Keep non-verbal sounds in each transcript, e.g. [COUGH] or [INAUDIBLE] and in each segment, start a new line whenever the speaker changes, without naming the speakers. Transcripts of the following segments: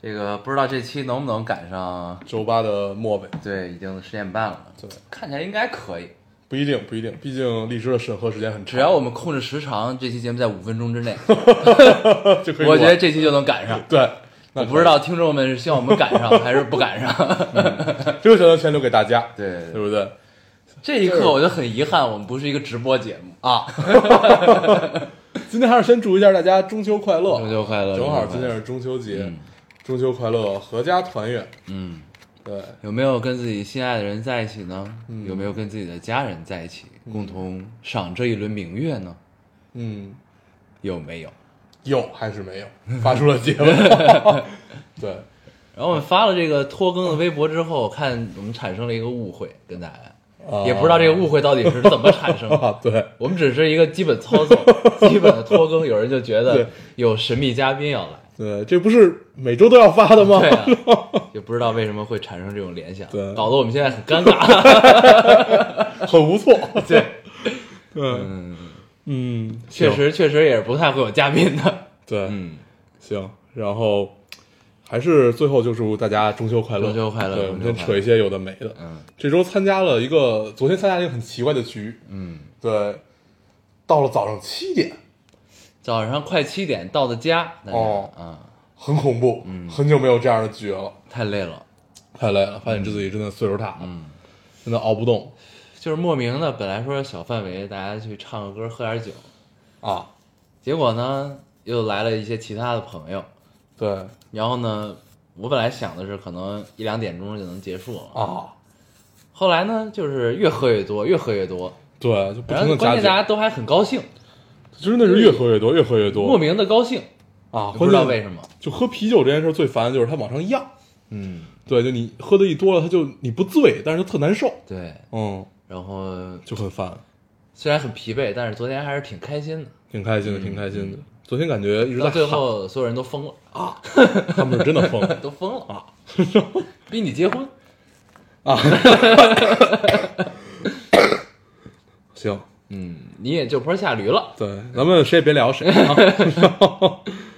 这个不知道这期能不能赶上？
周八的末尾，
对，已经十点半了，
对，
看起来应该可以。
不一定，不一定，毕竟荔枝的审核时间很长，
只要我们控制时长，这期节目在五分钟 [LAUGHS] 之内，
就可以录
我 [LAUGHS]
完。
觉得这期就能赶上。
对，那
我不知道听众们是希望我们赶上还是不赶上。
这个选择权留给大家，
对对对
对不对？
这一 [LAUGHS] 刻我就很遗憾，我们不是一个直播节目啊。 [LAUGHS]
今天还是先祝一下大家中秋快乐，
中秋快乐
正好
中秋快乐
今天是中秋节，
嗯
中秋快乐，阖家团圆。
嗯，
对，
有没有跟自己心爱的人在一起呢？
嗯
有没有跟自己的家人在一起，共同赏这一轮明月呢？
嗯，
有没有？
有还是没有？发出了结
[LAUGHS]
论。对，
然后我们发了这个拖更的微博之后，看我们产生了一个误会，跟大家
啊
也不知道这个误会到底是怎么产生 [LAUGHS] 的。
啊，对，
我们只是一个基本操作，基本的拖更，有人就觉
对
得有神秘嘉宾要来，
对，这不是每周都要发的吗？
[LAUGHS] 对啊，就不知道为什么会产生这种联想，
对
搞得我们现在很尴尬。
很不错。
[LAUGHS] 对，
对，
嗯，
嗯，
确实确实也是不太会有嘉宾的。
对，
嗯，
行，然后还是最后就祝大家中秋快乐，
中秋快乐
对，我
中
们
秋快
先
乐
扯一些有的没的。
嗯，
这周参加了一个，昨天参加了一个很奇怪的局，
嗯，
对，到了早上七点，
早上快七点到的家，但是
哦
啊，
很恐怖，嗯，很久没有这样的局了，
太累了，
太累了，发现自己真的岁数大了，嗯，真的熬不动
就是莫名的，本来说小范围大家去唱个歌、喝点酒，嗯
啊，
结果呢，又来了一些其他的朋友，
对
然后呢，我本来想的是可能一两点钟就能结束了，
啊，
后来呢，就是越喝越多，越喝越多，
对，就不
然
停
后
的
关
加
键大家
酒，
都还很高兴，
真的是越喝越多，越喝越多，
莫名的高兴，
啊，
不知道
关键
为什么，
就喝啤酒这件事儿最烦的就是它往上漾，
嗯，
对，就你喝的一多了，它就你不醉，但是就特难受，
对，
嗯，
然后
就很烦，
虽然很疲惫，但是昨天还是挺开心的，
挺开心的，挺开心的。昨天感觉一直
到嗯
在
最
喊，
后所有人都疯了，
他们是真的疯
[LAUGHS]
了
都疯了啊，逼你结婚，
行，
嗯，你也就坡下驴了，
对，咱们谁也别聊谁啊，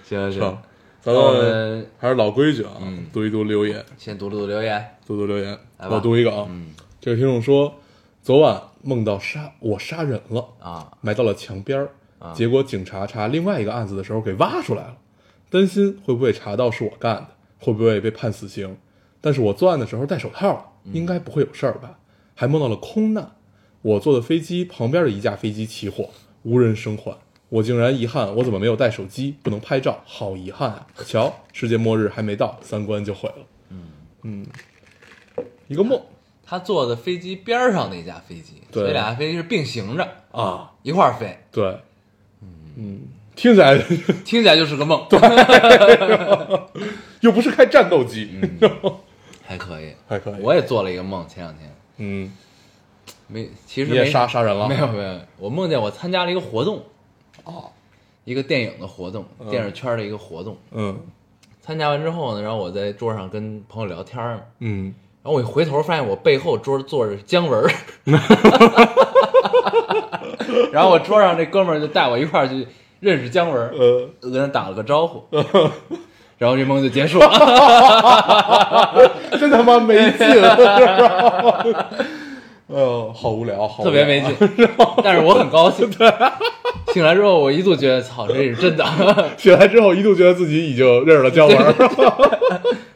行
是吧
行，？
咱
那我
们
们
还是老规矩啊，读一读留言，
先读了读留言，
读读留言。
来吧嗯
我读一个啊，这个听众说，昨晚梦到杀我杀人了
啊，
埋到了墙边儿，结果警察查另外一个案子的时候给挖出来了，担心会不会查到是我干的，会不会被判死刑。但是我作案的时候戴手套了，应该不会有事儿吧？还梦到了空难，我坐的飞机旁边的一架飞机起火，无人生还。我竟然遗憾，我怎么没有带手机，不能拍照，好遗憾啊！瞧，世界末日还没到，三观就毁了。嗯一个梦
他坐的飞机边儿上那架飞机，
对
所以俩飞机是并行着
啊，
一块儿飞，
对，嗯，听起来
听起来就是个梦，
又不是开战斗机，
嗯
[LAUGHS]
还可以。
还可以。
我也做了一个梦，前两天
嗯，
没，其实
你也
没
杀杀人了
没有没有，我梦见我参加了一个活动，哦，一个电影的活动，电影圈的一个活动。
嗯
参加完之后呢，然后我在桌上跟朋友聊天儿嘛，
嗯，
然后我一回头发现我背后桌坐着姜
[LAUGHS]
文儿，然后我桌上这哥们儿就带我一块儿去认识姜文儿，
呃，
我跟他打了个招
[LAUGHS]
呼，然后这梦就结束了。
真他妈没劲，是吧？ [LAUGHS] 呃，好无聊，好无聊啊
特别没劲，但是我很高兴。醒来之后，我一度觉得操，这是真的， [LAUGHS]
醒来之后，一度觉得自己已经认识了姜文，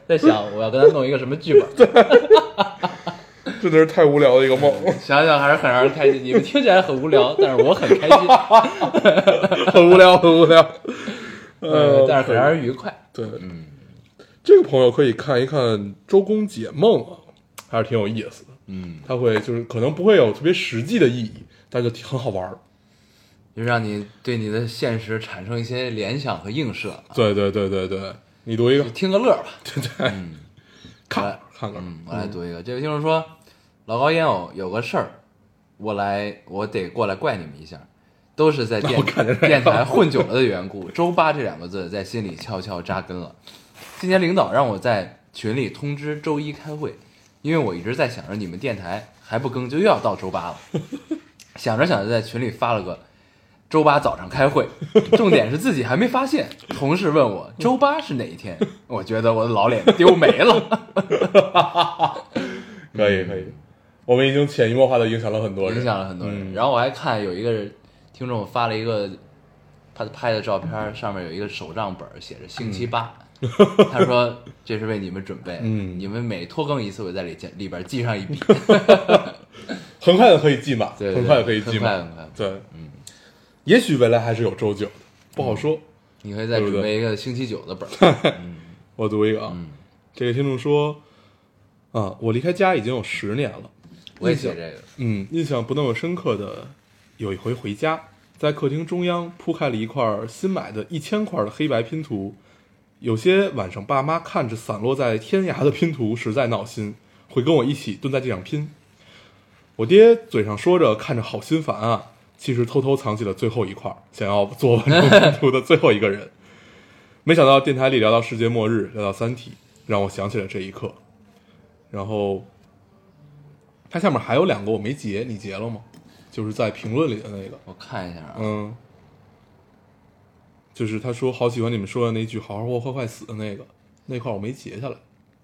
在想我要跟他弄一个什么剧本，
真的是太无聊的
[LAUGHS]
一个梦。
想想还是很让人开心。你们听起来很无聊，但是我很开
[LAUGHS]
心，
很无聊，很无
[LAUGHS]
聊。
呃
呃，
但是很让人愉快。
对，嗯，这个朋友可以看一看《周公解梦》啊，还是挺有意思的。
嗯，
他会就是可能不会有特别实际的意义，但就挺很好玩儿。
就让你对你的现实产生一些联想和映射，啊
对对对对对，你读一个嗯
就，听个乐吧。
看
我
看
来
看看，
嗯，我来读一个，这位听众说，老高烟偶有个事儿，我来，我得过来怪你们一下，都是
[LAUGHS]
在电
我看见这个
电台混久了的缘故，周八这两个字在心里悄悄扎根了。今年领导让我在群里通知周一开会，因为我一直在想着你们电台还不更就又要到周
[LAUGHS]
八了，想着想着在群里发了个。周八早上开会，重点是自己还没发现。同事问我周八是哪一天，我觉得我的老脸丢没了。
可以可以，我们已经潜移默化的影响了很多人，
影响了很多人。
嗯
然后我还看有一个人听众发了一个他拍的照片，上面有一个手账本，写着星期八。他说这是为你们准备，
嗯
你们每拖更一次，我在里里边记上一笔。
很快的可以记满，
对对对
很快的可以记
很快
满
很快，
对，嗯，也许未来还是有周九的，不好说。
你会再
对不对
准备一个星期九的本儿，
我读一个啊，
嗯
这个听众说，啊，我离开家已经有十年了，
我也写这个。
嗯，印象不那么深刻的，有一回回家，在客厅中央铺开了一块新买的一千块的黑白拼图，有些晚上爸妈看着散落在天涯的拼图，实在闹心，会跟我一起蹲在地上拼。我爹嘴上说着看着好心烦啊，其实偷偷藏起了最后一块，想要做完整拼图的最后一个人。没想到电台里聊到世界末日，聊到三体，让我想起了这一刻。然后它下面还有两个我没截，你截了吗？就是在评论里的那个，
我看一下啊，
嗯，就是他说好喜欢你们说的那句“好好活，快快死”的那个那块我没截下来，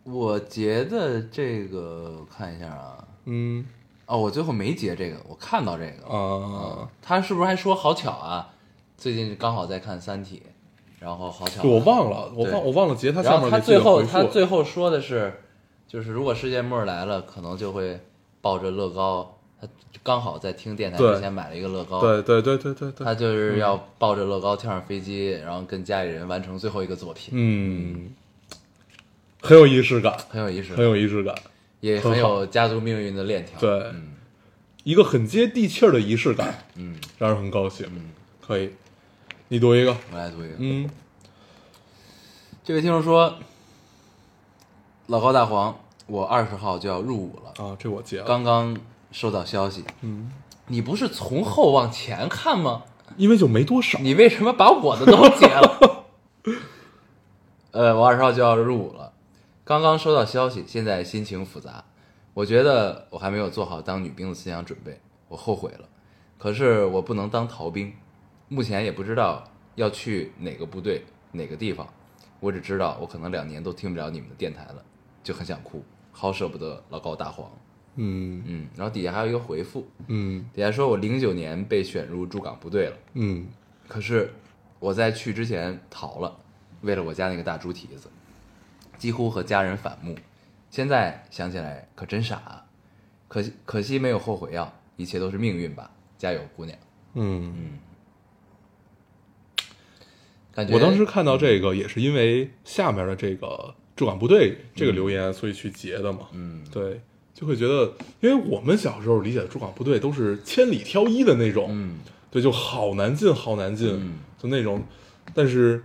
我截的这个我看一下啊，
嗯
哦，我最后没截这个，我看到这个
啊，
他是不是还说好巧啊？最近刚好在看《三体》，然后好巧、
对我忘了，我
对
忘我忘了截他
然
下
后
面
他
那句
最
的
后
回
他
复
最
了。
后说的是，就是如果世界末日来了，可能就会抱着乐高。他刚好在听电台
对
之前买了一个乐高，
对对对对对
他
对，
就是要抱着乐高跳上飞机，然后跟家里人完成最后一个作品，
嗯，很有仪式感，
很有仪式
很，有仪式感，
也很有家族命运的链条。
对，
嗯
一个很接地气儿的仪式感，
嗯，
让人很高兴。可以，你读一个，
我来读一个。
嗯
这位听众说，老高大黄，我二十号就要入伍了，
啊，这我截了，
刚刚收到消息，嗯，你不是从后往前看吗？
因为就没多少，
你为什么把我的都截了？ [LAUGHS] 呃，我二十号就要入伍了，刚刚收到消息，现在心情复杂。我觉得我还没有做好当女兵的思想准备，我后悔了。可是我不能当逃兵，目前也不知道要去哪个部队、哪个地方。我只知道我可能两年都听不了你们的电台了，就很想哭，好舍不得老高大黄。
嗯
嗯，然后底下还有一个回复，
嗯
底下说我零九年被选入驻港部队了。
嗯，
可是我在去之前逃了，为了我家那个大猪蹄子，几乎和家人反目。现在想起来可真傻、啊，可惜可惜没有后悔药，一切都是命运吧。加油，姑娘！
嗯，
感觉
我当时看到这个也是因为下面的这个驻港部队这个留言，所以去截的嘛。
嗯
对，就会觉得，因为我们小时候理解的驻港部队都是千里挑一的那种，
嗯
对，就好难进，好难进，
嗯
就那种。但是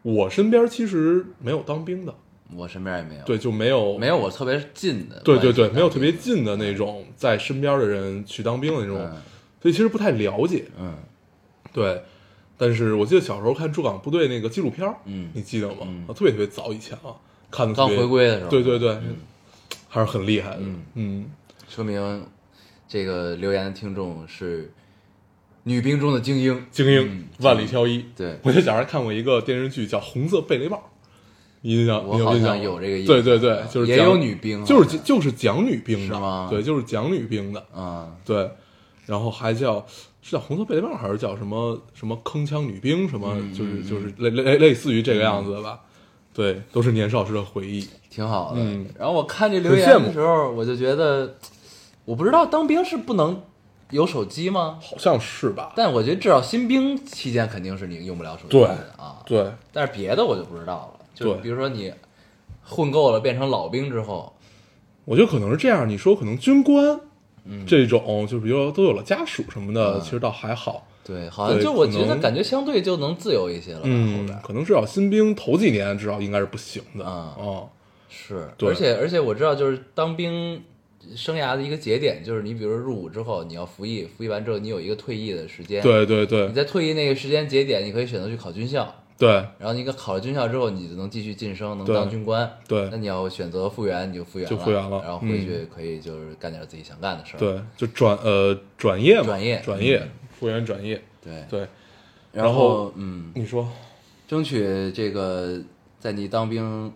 我身边其实没有当兵的，
我身边也没有，
对，，就没有
哦没有我特别近的，
对
关
对
系
对，
的
没有特别近的那种在身边的人去当兵的那种，
嗯
所以其实不太了解。
嗯
对，但是我记得小时候看驻港部队那个纪录片儿，
嗯
你记得吗？
嗯
啊，特别特别早以前啊，看的
刚回归的时候
对对对，还是很厉害的。
嗯
嗯，
说明这个留言的听众是女兵中的精英，
精英、
嗯
万里挑一。
对
我就小时候看过一个电视剧叫《红色贝雷帽》，你印象
我
你有
好
印
像
象吗
有这个印象
对对对，就是
也
讲
有女兵
就
好
是
像
就是讲女兵的
是吗
对，就是讲女兵的。
嗯
对，然后还叫是叫红色贝雷帽还是叫什么什么铿锵女兵什么，就是就是类类类似于这个样子的吧。对，都是年少时的回忆。
挺好的。
嗯
然后我看这留言
很羡慕
的时候，我就觉得，我不知道当兵是不能有手机吗？
好像是吧？
但我觉得至少新兵期间肯定是你用不了手机
对
的啊。
对，
但是别的我就不知道了，就
对
比如说你混够了变成老兵之后，
我觉得可能是这样。你说可能军官，这种就比如都有了家属什么的，
嗯
其实倒还好。
对，好像
对
就我
可
觉得
能
感觉相对就能自由一些了吧。后
嗯
边，
可能至少新兵头几年至少应该是不行的
啊
哦，
是，
对
而且而且我知道，就是当兵生涯的一个节点，就是你比如说入伍之后，你要服役，服役完之后你有一个退役的时间，，
对对
你
对
在退役那个时间节点，你可以选择去考军校，
对
然后你考了军校之后，你就能继续晋升，能
对
当军官。那
对
你要选择复员，你就复员
就复员了嗯
然后回去可以就是干点自己想干的事儿。
对，就转呃转业嘛，
转业
转业，复员转业，
对，
对，
然
然后
嗯，
你说
争取这个在你当兵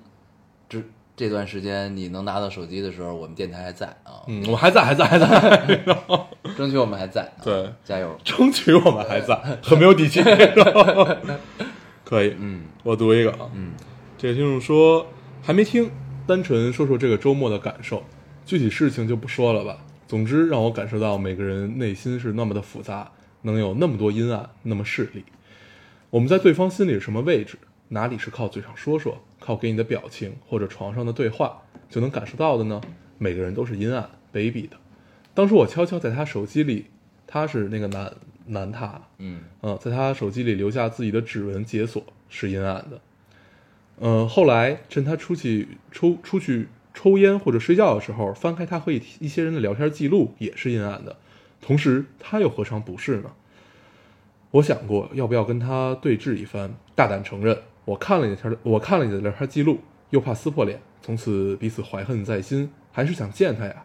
之这段时间，你能拿到手机的时候，我们电台还在啊，
嗯，我还在，还在，还 [LAUGHS] 在，然后
争取我们还在、啊，
对，
加油，
争取我们还在，很没有底气。然后可以，
嗯，
我读一个啊，嗯，这个听众说还没听，单纯说说这个周末的感受，具体事情就不说了吧。总之让我感受到每个人内心是那么的复杂，能有那么多阴暗，那么势利。我们在对方心里是什么位置，哪里是靠嘴上说说，靠给你的表情或者床上的对话就能感受到的呢？每个人都是阴暗卑鄙的。当初我悄悄在他手机里，他是那个男男他，
嗯
嗯，在他手机里留下自己的指纹解锁是阴暗的。嗯，后来趁他出去抽出去抽烟或者睡觉的时候，翻开他和一一些人的聊天记录也是阴暗的。同时，他又何尝不是呢？我想过要不要跟他对峙一番，大胆承认我看了你的条，我看了你的聊天记录，又怕撕破脸，从此彼此怀恨在心，还是想见他呀。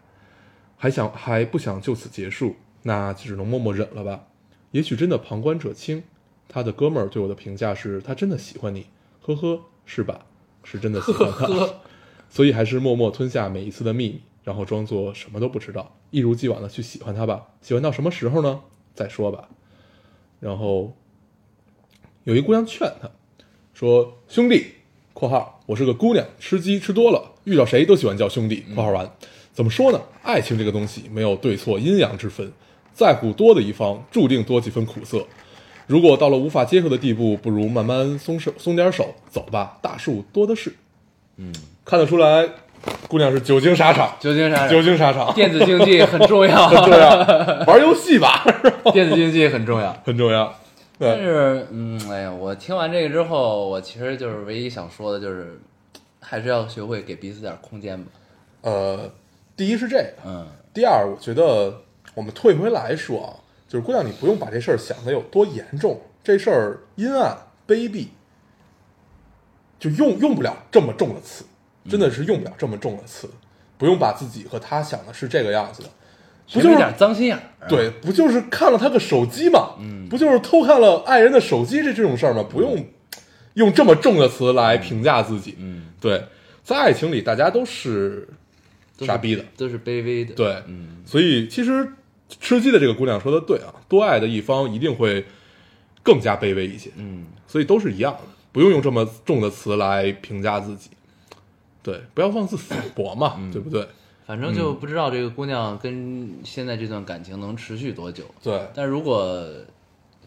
还想还不想就此结束，那只能默默忍了吧。也许真的旁观者清。他的哥们儿对我的评价是他真的喜欢你，呵呵，是吧？是真的喜欢他， [LAUGHS] 所以还是默默吞下每一次的秘密，然后装作什么都不知道，一如既往的去喜欢他吧。喜欢到什么时候呢？再说吧。然后有一姑娘劝他说：“兄弟（括号我是个姑娘，吃鸡吃多了，遇到谁都喜欢叫兄弟）（括号完）怎么说呢？爱情这个东西没有对错阴阳之分，在乎多的一方注定多几分苦涩。如果到了无法接受的地步，不如慢慢松手，松点手，走吧，大树多的是。”嗯，看得出来，姑娘是久经沙场，
旧金山人
久经沙场。
电子竞技很重要，
对啊，玩游戏吧，
[LAUGHS] 电子竞技很重要。
很重要。
但
对，
是，嗯，哎呀，我听完这个之后，我其实就是唯一想说的就是，还是要学会给彼此点空间吧。
呃，第一是这个，
嗯，
第二，我觉得我们退回来说啊，就是姑娘，你不用把这事儿想的有多严重，这事儿阴暗卑鄙，就用用不了这么重的词，真的是用不了这么重的词，不用把自己和他想的是这个样子的，
学
不就
会
是
点脏心眼儿。
对，不就是看了他个手机吗？嗯，不就是偷看了爱人的手机这这种事儿吗？不用用这么重的词来评价自己。
嗯，
对，在爱情里，大家都是
都是
傻逼的，
都是卑微的。，
对，
嗯，
所以其实吃鸡的这个姑娘说的对啊，多爱的一方一定会更加卑微一些。
嗯，
所以都是一样的，不用用这么重的词来评价自己。对，不要妄自菲薄嘛，
嗯
对不对？
反正就不知道这个姑娘跟现在这段感情能持续多久。
对，
但如果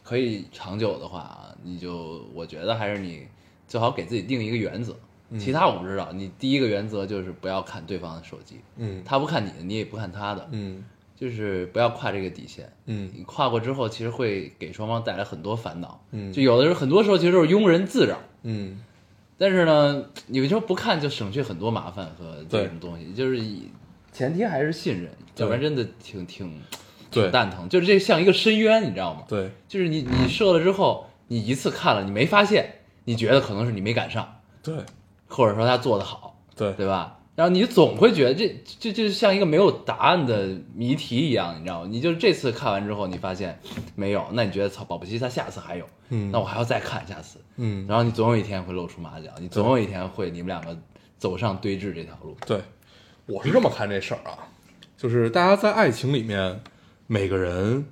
可以长久的话啊，你就我觉得还是你最好给自己定一个原则。
嗯
其他我不知道，你第一个原则就是不要看对方的手机，
嗯
他不看你的，你也不看他的，
嗯
就是不要跨这个底线。
嗯
你跨过之后，其实会给双方带来很多烦恼。
嗯
就有的时候，很多时候其实就是庸人自扰。
嗯，
但是呢，你们说不看就省去很多麻烦和这
对
种东西，就是以前提还是信任，要不然真的挺挺
对
挺蛋疼，就是这像一个深渊，你知道吗？
对，
就是你你射了之后，你一次看了你没发现，你觉得可能是你没赶上，
对，
或者说他做得好，
对，
对吧？然后你总会觉得这这这就像一个没有答案的谜题一样，你知道吗？你就这次看完之后，你发现没有，那你觉得操，保不齐他下次还有，
嗯
那我还要再看下次，
嗯，
然后你总有一天会露出马脚，你总有一天会你们两个走上对峙这条路。
对，我是这么看这事儿啊，就是大家在爱情里面，每个人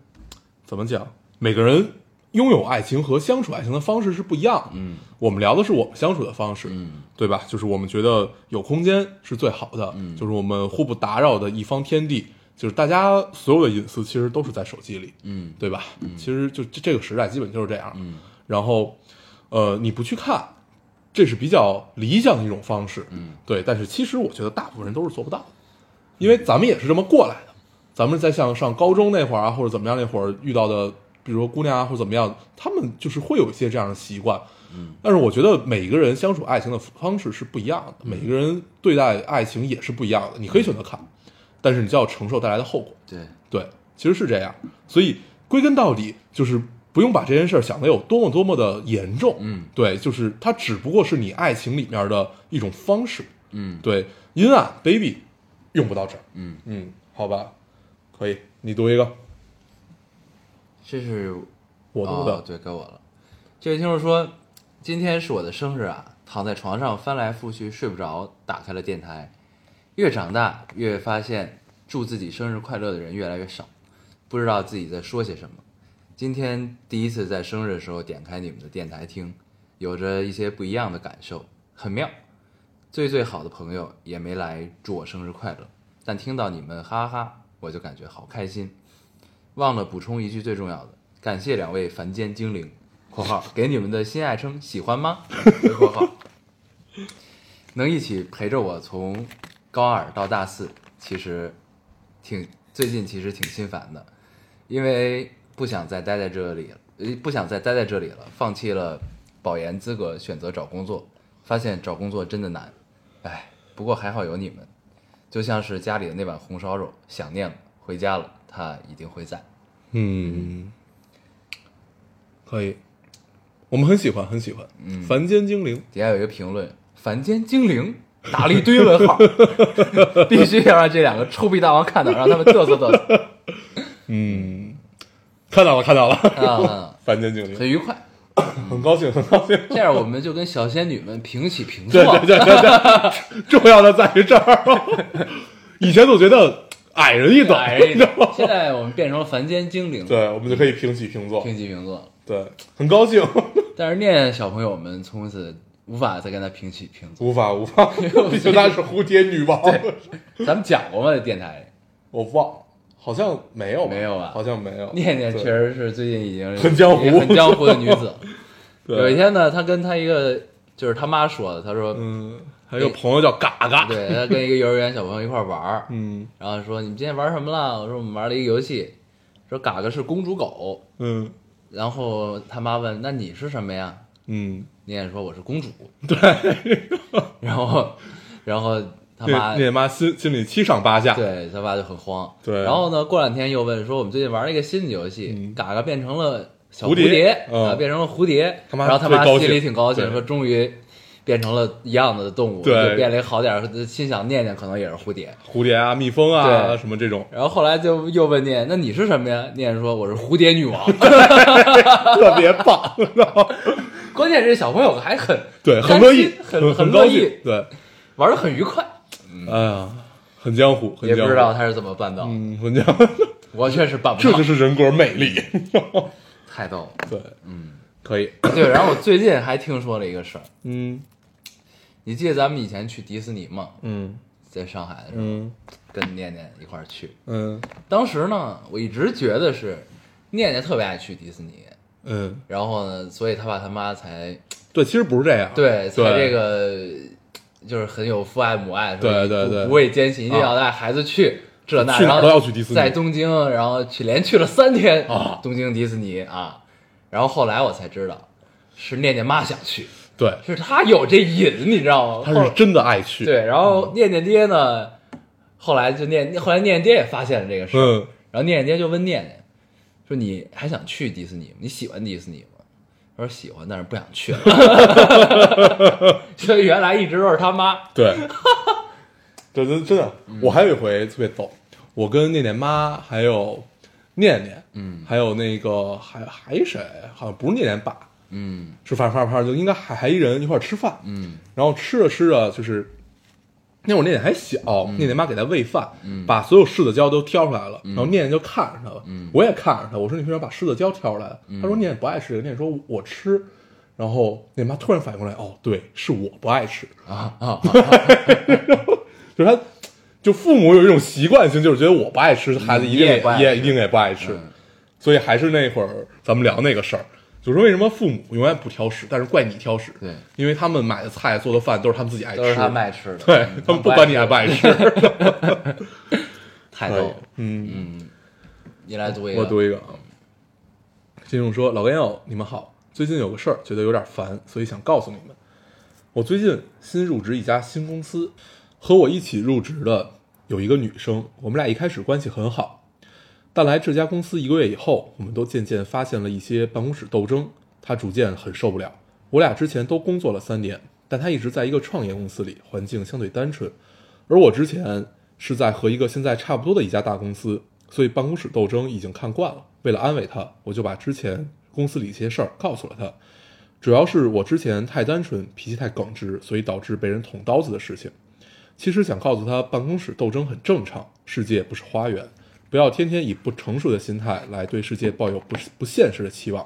怎么讲，每个人拥有爱情和相处爱情的方式是不一样的。嗯，我们聊的是我们相处的方式，嗯，对吧？就是我们觉得有空间是最好的，嗯，就是我们互不打扰的一方天地。就是大家所有的隐私其实都是在手机里，
嗯，
对吧？其实就这这个时代基本就是这样。嗯，然后，呃，你不去看，这是比较理想的一种方式。嗯，对。但是其实我觉得大部分人都是做不到的，因为咱们也是这么过来的。咱们在像上高中那会儿啊，或者怎么样那会儿遇到的比如说姑娘啊或者怎么样，他们就是会有一些这样的习惯。嗯，但是我觉得每个人相处爱情的方式是不一样的，每个人对待爱情也是不一样的。你可以选择看，但是你就要承受带来的后果。
对，
对，其实是这样。所以归根到底，就是不用把这件事儿想得有多么多么的严重。
嗯，
对，就是它只不过是你爱情里面的一种方式。
嗯，
对，阴暗 baby 用不到这儿。
嗯
嗯，好吧，可以，你读一个，
这是
我读的。
哦、对，该我了。这位听众说，今天是我的生日啊，躺在床上翻来覆去睡不着，打开了电台。越长大越发现，祝自己生日快乐的人越来越少，不知道自己在说些什么。今天第一次在生日的时候点开你们的电台听，有着一些不一样的感受，很妙。最最好的朋友也没来祝我生日快乐，但听到你们哈哈哈，我就感觉好开心。忘了补充一句最重要的，感谢两位凡间精灵（括号给你们的新爱称喜欢吗？）括号能一起陪着我从高二到大四，其实挺最近其实挺心烦的，因为不想再待在这里了，呃，不想再待在这里了，放弃了保研资格，选择找工作，发现找工作真的难，哎，不过还好有你们，就像是家里的那碗红烧肉，想念了，回家了，他一定会在。
嗯，可以，我们很喜欢，很喜欢。嗯，凡间精灵，
底下有一个评论：“凡间精灵打了一堆问号， [LAUGHS] 必须要让这两个臭屁大王看到，让他们嘚瑟嘚瑟
嗯，看到了，看到了， [LAUGHS]
啊，
凡间精灵，
很愉快。
很高兴，很高 [LAUGHS] 兴。
这样我们就跟小仙女们平起平坐
对。对对对对，重要的在于这儿。以前总觉得矮人一等，
哎
你知道吗，
现在我们变成了凡间精灵，
对，我们就可以平起平坐。
平起平坐了。
对，很高兴，
但是念小朋友们从此无法再跟他平起平坐。
无法
[LAUGHS]
无法，毕竟她是蝴蝶女王。
咱们讲过吗？在电台里，
[LAUGHS] 我忘了，好像没有吧，
没有吧
好像没有。
念念
对
确实是最近已经
很江湖
也很江湖的女子。有一
[LAUGHS] 对，
天呢，她跟她一个就是她妈说的，她说，
嗯，还有个朋友叫嘎嘎，
对，她跟一个幼儿园小朋友一块儿玩儿，
嗯
然后说你们今天玩什么了？我说我们玩了一个游戏，说嘎嘎是公主狗，
嗯
然后他妈问那你是什么呀？
嗯，
你也说我是公主，对，然后然后他妈
那那妈心心里七上八下，
对他妈就很慌，
对
然后呢过两天又问说我们最近玩了一个新的游戏，
嗯
嘎嘎变成了小
蝴
蝴
蝶嗯
啊变成了蝴蝶，
他妈
然后他妈
最高兴
心里挺高兴，
对
说终于。变成了一样的动物，
对
就变了一个好点儿，心想念念可能也是蝴蝶，
蝴蝶啊、蜜蜂啊
对，
什么这种 [LAUGHS]
然后后来就又问念，那你是什么呀？念说我是蝴蝶女王。 [LAUGHS]
特别棒。
关键是小朋友还很
对，很
开
乐
心
意，
很
很
乐
高兴
意，，
对，
玩的很愉快。
哎呀，很江湖，很
也
江湖，
不知道他是怎么办到，
嗯，很江， [LAUGHS]
我确实办不
这
到
就，是人格魅力。
太逗了。
对，嗯，可以，
对， [LAUGHS] 然后我最近还听说了一个事儿，
[LAUGHS] 嗯
你记得咱们以前去迪士尼吗？
嗯
在上海的时候，
嗯
跟念念一块儿去。
嗯
当时呢，我一直觉得是念念特别爱去迪士尼，
嗯，
然后呢，所以他爸他妈才
对，其实不是这样，
对，才
对
这个就是很有父爱母爱，
对
所以
对
不
对啊
不畏艰辛，一定要带孩子去这那，
去哪儿
然后
都要去迪士尼
在东京，然后去连去了三天
啊
东京迪士尼啊，然后后来我才知道是念念妈想去，
对，
是她有这瘾，你知道吗？
他是嗯
后
真的爱去，
对，然后念念爹呢，后来就念，后来念念爹也发现了这个事儿，
嗯，
然后念念爹就问念念说：“你还想去迪士尼吗？你喜欢迪士尼吗？”他说：“喜欢，但是不想去了。” [LAUGHS] 所以原来一直都是他妈。
对， [LAUGHS] 对真真的，我还有一回特别逗，我跟念念妈还有念念，嗯，还有那个还还谁，好像不是念念爸，
嗯
是反正反正反正就应该还还一人一块儿吃饭，
嗯
然后吃着吃着就是，那会儿念念还小，念念妈给他喂饭，把所有柿子椒都挑出来了，然后念念就看着他了，我也看着他，我说你为什么把柿子椒挑出来了？他说念念不爱吃，念念说我吃，然后念念妈突然反应过来，哦，对，是我不爱吃，
啊啊！
就是他，就父母有一种习惯性，就是觉得我不爱吃，孩子一定
你也不爱吃嗯
也一定也不爱吃，所以还是那会儿咱们聊那个事儿。就是为什么父母永远不挑食，但是怪你挑食？
对
因为他们买的菜、做的饭都是他们自己爱吃，
都是他们爱吃的，
对
嗯
他们不管你爱不爱吃。
太逗了。嗯
嗯，
嗯，你来读一个，
我读一个啊，信用说：“老烟友，你们好，最近有个事儿觉得有点烦，所以想告诉你们。我最近新入职一家新公司，和我一起入职的有一个女生，我们俩一开始关系很好，但来这家公司一个月以后，我们都渐渐发现了一些办公室斗争，她逐渐很受不了。我俩之前都工作了三年，但她一直在一个创业公司里，环境相对单纯，而我之前是在和一个现在差不多的一家大公司，所以办公室斗争已经看惯了。为了安慰她，我就把之前公司里一些事儿告诉了她。主要是我之前太单纯，脾气太耿直，所以导致被人捅刀子的事情。其实想告诉她，办公室斗争很正常，世界不是花园，不要天天以不成熟的心态来对世界抱有不不现实的期望。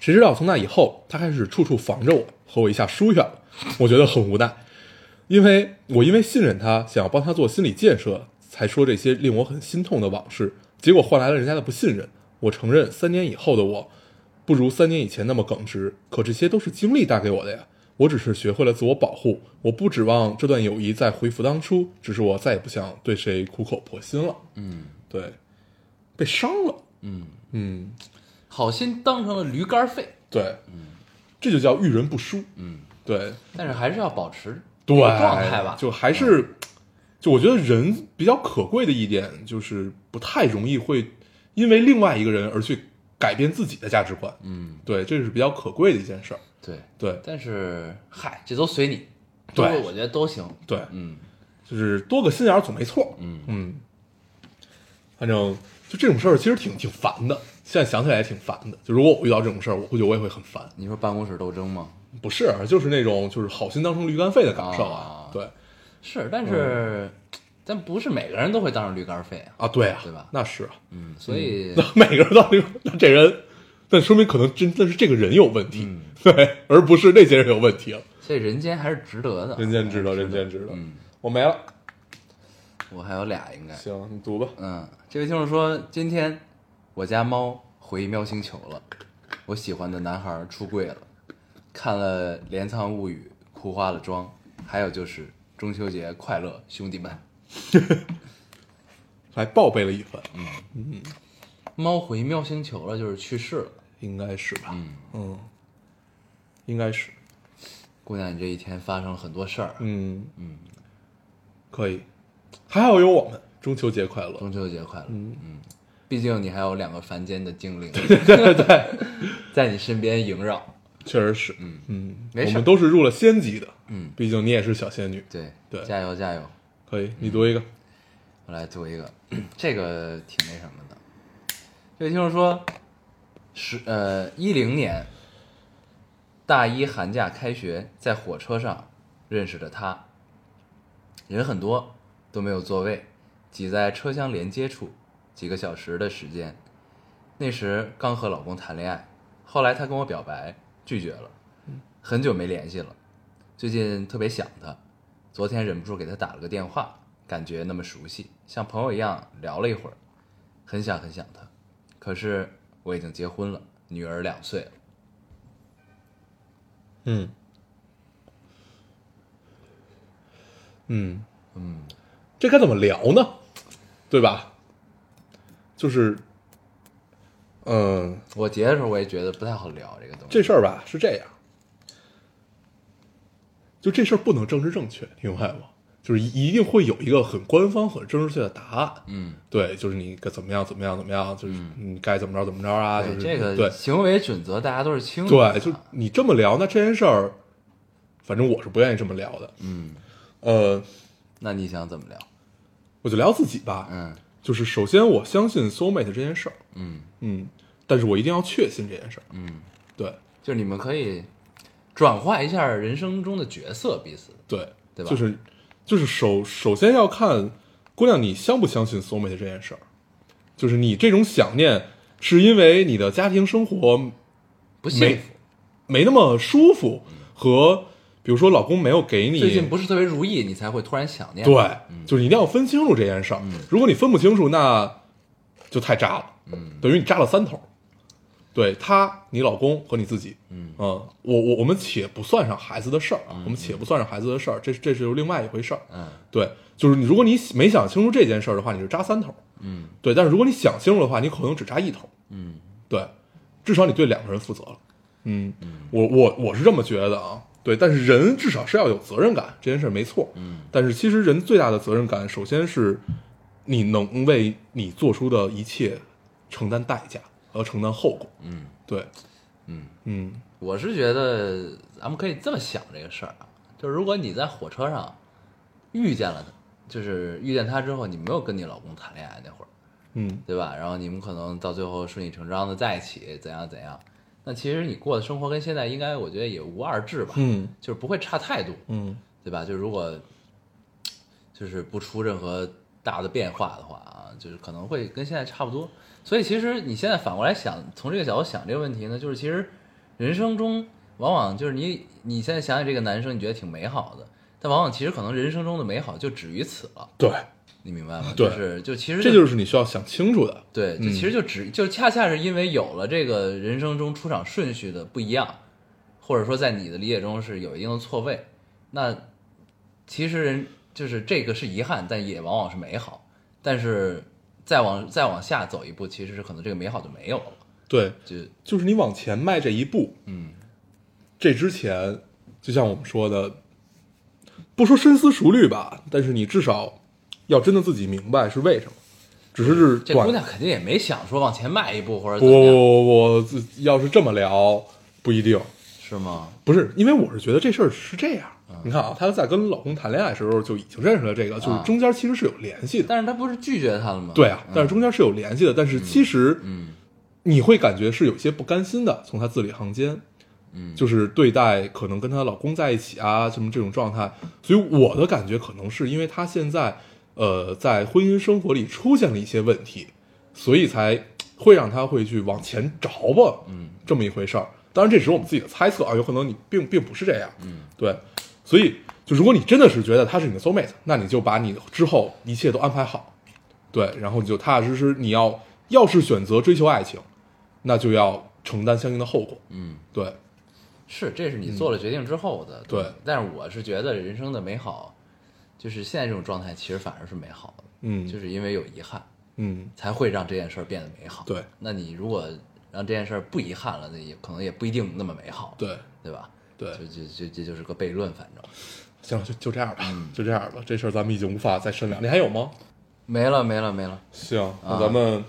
谁知道从那以后，她开始处处防着我，和我一下疏远了，我觉得很无奈。因为我因为信任他，想要帮他做心理建设，才说这些令我很心痛的往事，结果换来了人家的不信任。我承认，三年以后的我，不如三年以前那么耿直，可这些都是经历带给我的呀。我只是学会了自我保护，我不指望这段友谊再恢复当初，只是我再也不想对谁苦口婆心了。嗯，对，被伤了。嗯嗯，
好心当成了驴肝肺，
对，这就叫遇人不淑。嗯，对，
但是还是要保持
对
状态吧。嗯
就还是，就我觉得人比较可贵的一点就是不太容易会因为另外一个人而去改变自己的价值观。
嗯，
对，这是比较可贵的一件事儿。
对。
对
但是嗨，这都随你，
对
这个我觉得都行。
对，
嗯
就是多个心眼儿总没错。
嗯
嗯，反正就这种事儿其实挺挺烦的，现在想起来也挺烦的。就如果我遇到这种事儿，我估计我也会很烦。
你说办公室斗争吗？
不是，啊就是那种就是好心当成驴肝肺的感受
啊。
啊对
是，但是、但不是每个人都会当上驴肝肺啊。
啊，对啊，
对吧
那是啊。
嗯，所以、
[LAUGHS] 那每个人到底那这人，那说明可能真的是这个人有问题，
嗯
[LAUGHS] 对，而不是那些人有问题了。嗯
所以人间还是值得的。
人间值得，人间值得。我没了，
我还有俩应该。
行，你读吧。
嗯，这位听众说，今天我家猫回喵星球了，我喜欢的男孩出柜了，看了《镰仓物语》，哭花了妆，还有就是中秋节快乐，兄弟们！
还报备了一番，
猫回喵星球了，就是去世了。
应该是吧？嗯，应该是，
姑娘，你这一天发生了很多事儿，啊
嗯嗯，可以。还好有我们，中秋节快乐。
中秋节快乐。嗯毕竟你还有两个凡间的精灵， [LAUGHS] 在你身边萦绕。
确实是，嗯嗯，
没事
我们都是入了仙籍的，
嗯，
毕竟你也是小仙女。
对
对
加油加油！
可
嗯
以，你读一个。
我来读一个，这个挺那什么的。这位听众说，十呃一零年大一寒假开学，在火车上认识的他，人很多都没有座位，挤在车厢连接处，几个小时的时间。那时刚和老公谈恋爱，后来他跟我表白，拒绝了，很久没联系了，最近特别想他，昨天忍不住给他打了个电话，感觉那么熟悉，像朋友一样聊了一会儿，很想很想他。可是我已经结婚了，女儿两岁了。
嗯，嗯，
嗯，
这该怎么聊呢？对吧？就是，嗯，
我结的时候我也觉得不太好聊这个东西。
这事儿吧是这样，就这事儿不能政治正确，你明白吗？就是一定会有一个很官方、很政治正确的答案。
嗯，
对，就是你该怎么样，怎么样，怎么样，就是你该怎么着，怎么着啊？就
对
是
这
对
个行为准则大家都是清楚的。啊
对，就你这么聊，那这件事儿，反正我是不愿意这么聊的。
嗯，
呃，
那你想怎么聊？
我就聊自己吧。
嗯
就是首先我相信 soul mate 这件事儿，
嗯，
嗯，但是我一定要确信这件事儿，
嗯，
对
就是你们可以转化一下人生中的角色，彼此。
对
对吧
就是就是首首先要看姑娘你相不相信 soul mate 这件事儿，就是你这种想念是因为你的家庭生活
不
没
幸福，
没那么舒服，和比如说老公没有给你
嗯最近不是特别如意，你才会突然想念。嗯
对，就是你一定要分清楚这件事儿。如果你分不清楚，那就太渣了，
嗯
等于你扎了三头。对他，你老公和你自己，嗯，我我我们且不算上孩子的事儿啊，我们且不算上孩子的事儿，这这是又另外一回事儿。
嗯，
对，就是你如果你没想清楚这件事儿的话，你是扎三头，
嗯，
对。但是如果你想清楚的话，你可能只扎一头，
嗯，
对，至少你对两个人负责了。嗯，我我我是这么觉得啊。对，但是人至少是要有责任感，这件事儿没错。嗯，但是其实人最大的责任感，首先是你能为你做出的一切承担代价和承担后果。
嗯，
对，
嗯
嗯，
我是觉得咱们可以这么想这个事儿啊，就是如果你在火车上遇见了他，就是遇见他之后，你没有跟你老公谈恋爱那会儿，
嗯，
对吧？然后你们可能到最后顺理成章的在一起，怎样怎样。那其实你过的生活跟现在应该，我觉得也无二致吧，
嗯，
就是不会差太多，
嗯，
对吧？就如果就是不出任何大的变化的话啊，就是可能会跟现在差不多。所以其实你现在反过来想，从这个角度想这个问题呢，就是其实人生中往往就是你你现在想想这个男生，你觉得挺美好的，但往往其实可能人生中的美好就止于此了，
对，
你明白吗？
对
就是就其实
这就是你需要想清楚的。
对，就
嗯
其实就只、就恰恰是因为有了这个人生中出场顺序的不一样，或者说在你的理解中是有一定的错位，那其实人就是这个是遗憾，但也往往是美好。但是再往再往下走一步，其实是可能这个美好就没有了。
对，
就
就是你往前迈这一步，
嗯，
这之前，就像我们说的，不说深思熟虑吧，但是你至少要真的自己明白是为什么。只是
这
短
姑娘肯定也没想说往前迈一步或者
不
怎么样，
不不不，要是这么聊不一定，
是吗？
不是因为我是觉得这事儿是这样。你看啊，她在跟老公谈恋爱的时候就已经认识了这个，就是中间其实是有联系的。
但是他不是拒绝他了吗？
对啊，但是
嗯
中间是有联系的，但是其实
嗯
你会感觉是有些不甘心的，从她字里行间，
嗯，
就是对待可能跟她老公在一起啊，什么这种状态。所以我的感觉可能是因为她现在呃在婚姻生活里出现了一些问题，所以才会让她会去往前着吧，
嗯
这么一回事儿。当然，这只是我们自己的猜测啊，有可能你并并不是这样，
嗯，
对。所以，就如果你真的是觉得她是你的 soul mate，那你就把你之后一切都安排好，对，然后你就踏踏实实，你要要是选择追求爱情，那就要承担相应的后果，
嗯。
对，
是，这是你做了决定之后的。
嗯对
吧但是我是觉得人生的美好，就是现在这种状态，其实反而是美好的，
嗯，
就是因为有遗憾，
嗯，
才会让这件事儿变得美好。
对，
那你如果让这件事儿不遗憾了，那也可能也不一定那么美好，
对
对吧？
对
就，就就这就是个悖论，反正
行了，就就这样吧，
嗯
就这样吧，这事儿咱们已经无法再深聊。你还有吗？
没了没了没了。
行，那
啊
咱们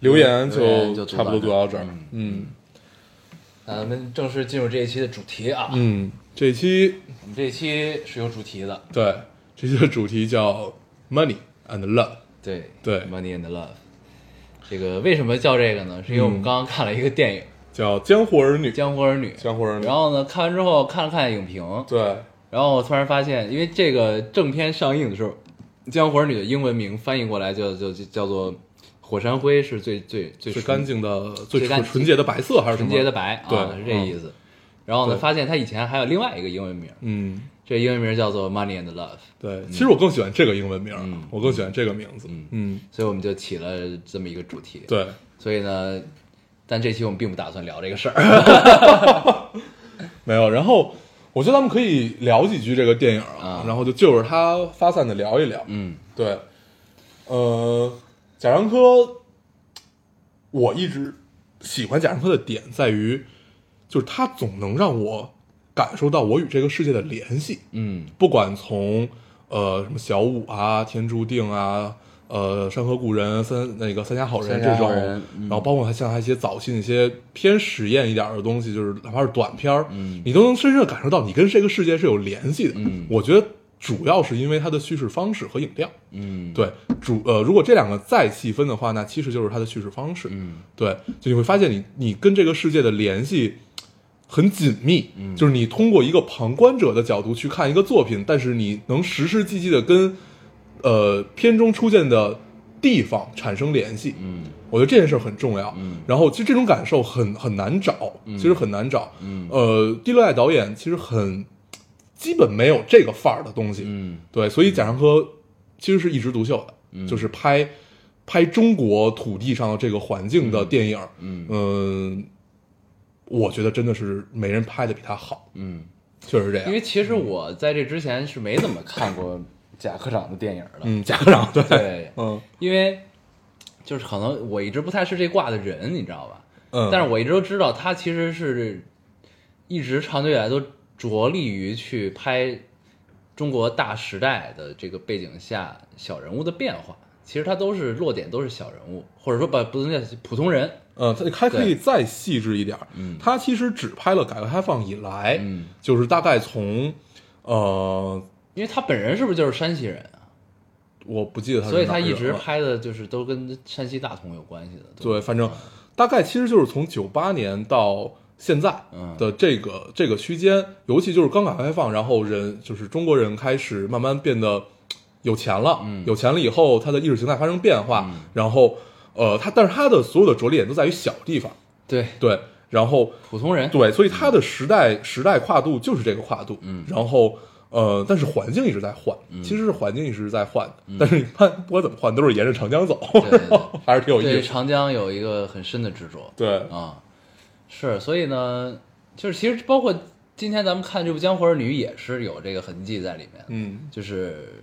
留言
留言就
差不多
读
读
到
到这儿，嗯
那咱们正式进入这一期的主题啊，
嗯，这期
我们这一期是有主题的，
对这期的主题叫 money and love，
对
对
，Money and Love。这个为什么叫这个呢？是因为我们
嗯
刚刚看了一个电影
叫江湖儿女
《江湖儿
[LAUGHS]
女》，
江湖儿女
然，后呢，看完之后看了看影评，
对，
然后我突然发现，因为这个正片上映的时候，《江湖儿女》的英文名翻译过来就就就叫做《火山灰》，是最最最
最
纯
干净的、最
最干
纯
净
纯洁的白色还是什
纯
么？
洁的，白
对
啊，是这意思。然后呢，
对
发现它以前还有另外一个英文名，
嗯，
这英文名叫做《Money and Love》，
对。其实我更喜欢这个英文名儿
嗯，
我更喜欢这个名字，
嗯
嗯，
所以我们就起了这么一个主题。，
对，
所以呢，但这期我们并不打算聊这个事儿。
没有。然后我觉得咱们可以聊几句这个电影
啊
然后就就着它发散的聊一聊，
嗯
对，呃，贾樟柯，我一直喜欢贾樟柯的点在于，就是他总能让我感受到我与这个世界的联系，
嗯
不管从呃什么小五啊、天注定啊、呃山河故人、三那个三峡好人
三
这
峡
种
好人，嗯
然后包括他像他一些早期那些偏实验一点的东西，就是哪怕是短片儿，
嗯
你都能深深的感受到你跟这个世界是有联系的。
嗯
我觉得主要是因为它的叙事方式和影调。
嗯，
对，主呃，如果这两个再细分的话，那其实就是它的叙事方式。
嗯
对，就你会发现你你跟这个世界的联系很紧密，
嗯
就是你通过一个旁观者的角度去看一个作品，但是你能实实际际的跟呃片中出现的地方产生联系。
嗯
我觉得这件事很重要。
嗯
然后其实这种感受很很难找，其实很难找。
嗯
呃，第六代导演其实很基本没有这个范儿的东西。
嗯
对，所以贾樟柯其实是一枝独秀的，
嗯
就是拍拍中国土地上的这个环境的电影，
嗯
嗯、我觉得真的是没人拍的比他好，
嗯。
确实是这样。
因为其实我在这之前是没怎么看过贾科长的电影的，
嗯，贾科长对，
[LAUGHS] 对，
嗯
因为就是可能我一直不太是这挂的人，你知道吧？
嗯
但是我一直都知道他其实是一直长久以来都着力于去拍中国大时代的这个背景下小人物的变化。其实他都是落点，都是小人物，或者说把不能叫普通人。
嗯，它还可
对
以再细致一点。嗯，它其实只拍了改革开放以来，
嗯，
就是大概从，呃，
因为他本人是不是就是山西人啊？
我不记得他是
所以
哪
他
儿
一
人
直
了
拍的就是都跟山西大同有关系的。都
对，，反正大概其实就是从九八年到现在
嗯
的这个、这个区间，尤其就是刚改革开放，然后人就是中国人开始慢慢变得有钱了，
嗯
有钱了以后，他的意识形态发生变化，然后呃，他但是他的所有的着力点都在于小地方，
对，
对，然后
普通人。
对，所以它的时代时代跨度就是这个跨度，嗯，然后呃，但是环境一直在换，
嗯
其实是环境一直在换的，但是你看不管怎么换，都是沿着长江走， [LAUGHS]
对对
还是挺有
对
意思的，
长江有一个很深的执着。
对，
啊，是，所以呢，就是其实包括今天咱们看这部《江湖儿女》也是有这个痕迹在里面，
嗯
就是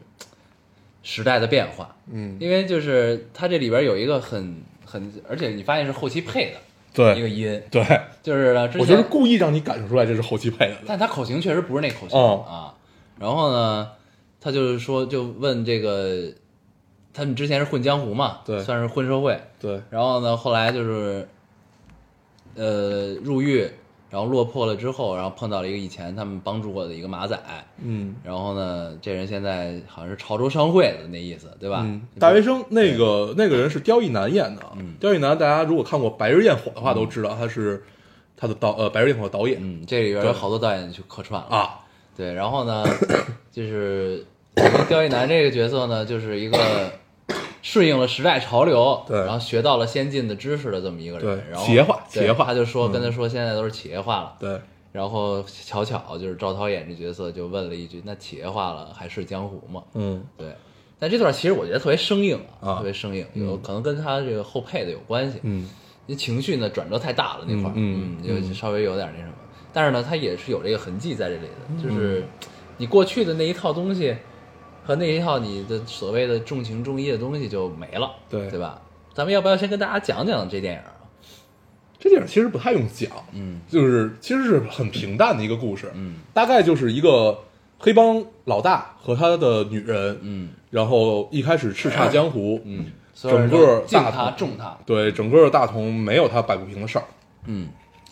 时代的变化，
嗯，
因为就是它这里边有一个很很，而且你发现是后期配的一个
对
音，
对，
就是呢之前
我觉得故意让你感受出来这是后期配的，
但他口型确实不是那口型、
哦
啊。然后呢，他就是说，就问这个，他们之前是混江湖嘛，
对
算是混社会。
对，
然后呢，后来就是，呃，入狱，然后落魄了之后，然后碰到了一个以前他们帮助过的一个马仔，
嗯
然后呢，这人现在好像是潮州商会的那意思，对吧？
嗯，大学生那个那个人是刁亦男演的啊，
嗯
刁亦男大家如果看过《白日焰火》的话都知道他是他的导呃《白日焰火》的导演
嗯，这里边有好多导演去客串了
啊，
对，然后呢，就是刁亦男这个角色呢，就是一个顺应了时代潮流，
对
然后学到了先进的知识的这么一个人
对，
然后
企业化
对
企业化嗯
他就说跟他说现在都是企业化了，
对，
然后巧巧就是赵涛演这角色就问了一句，那企业化了还是江湖吗？
嗯
对，但这段其实我觉得特别生硬
啊
特别生硬，有可能跟他这个后配的有关系，
嗯
那情绪呢转折太大了那块儿，
嗯嗯
就稍微有点那什么。但是呢，它也是有这个痕迹在这里的，
嗯
就是你过去的那一套东西和那一套你的所谓的重情重义的东西就没了，
对
对吧？咱们要不要先跟大家讲讲这电影啊？
这电影其实不太用讲，
嗯，
就是其实是很平淡的一个故事，
嗯，
大概就是一个黑帮老大和他的女人，
嗯，
然后一开始叱咤江湖，
嗯，所有
整
人都
个
敬
大
他
同
重他，
对，整个大同没有他摆不平的事儿，
嗯，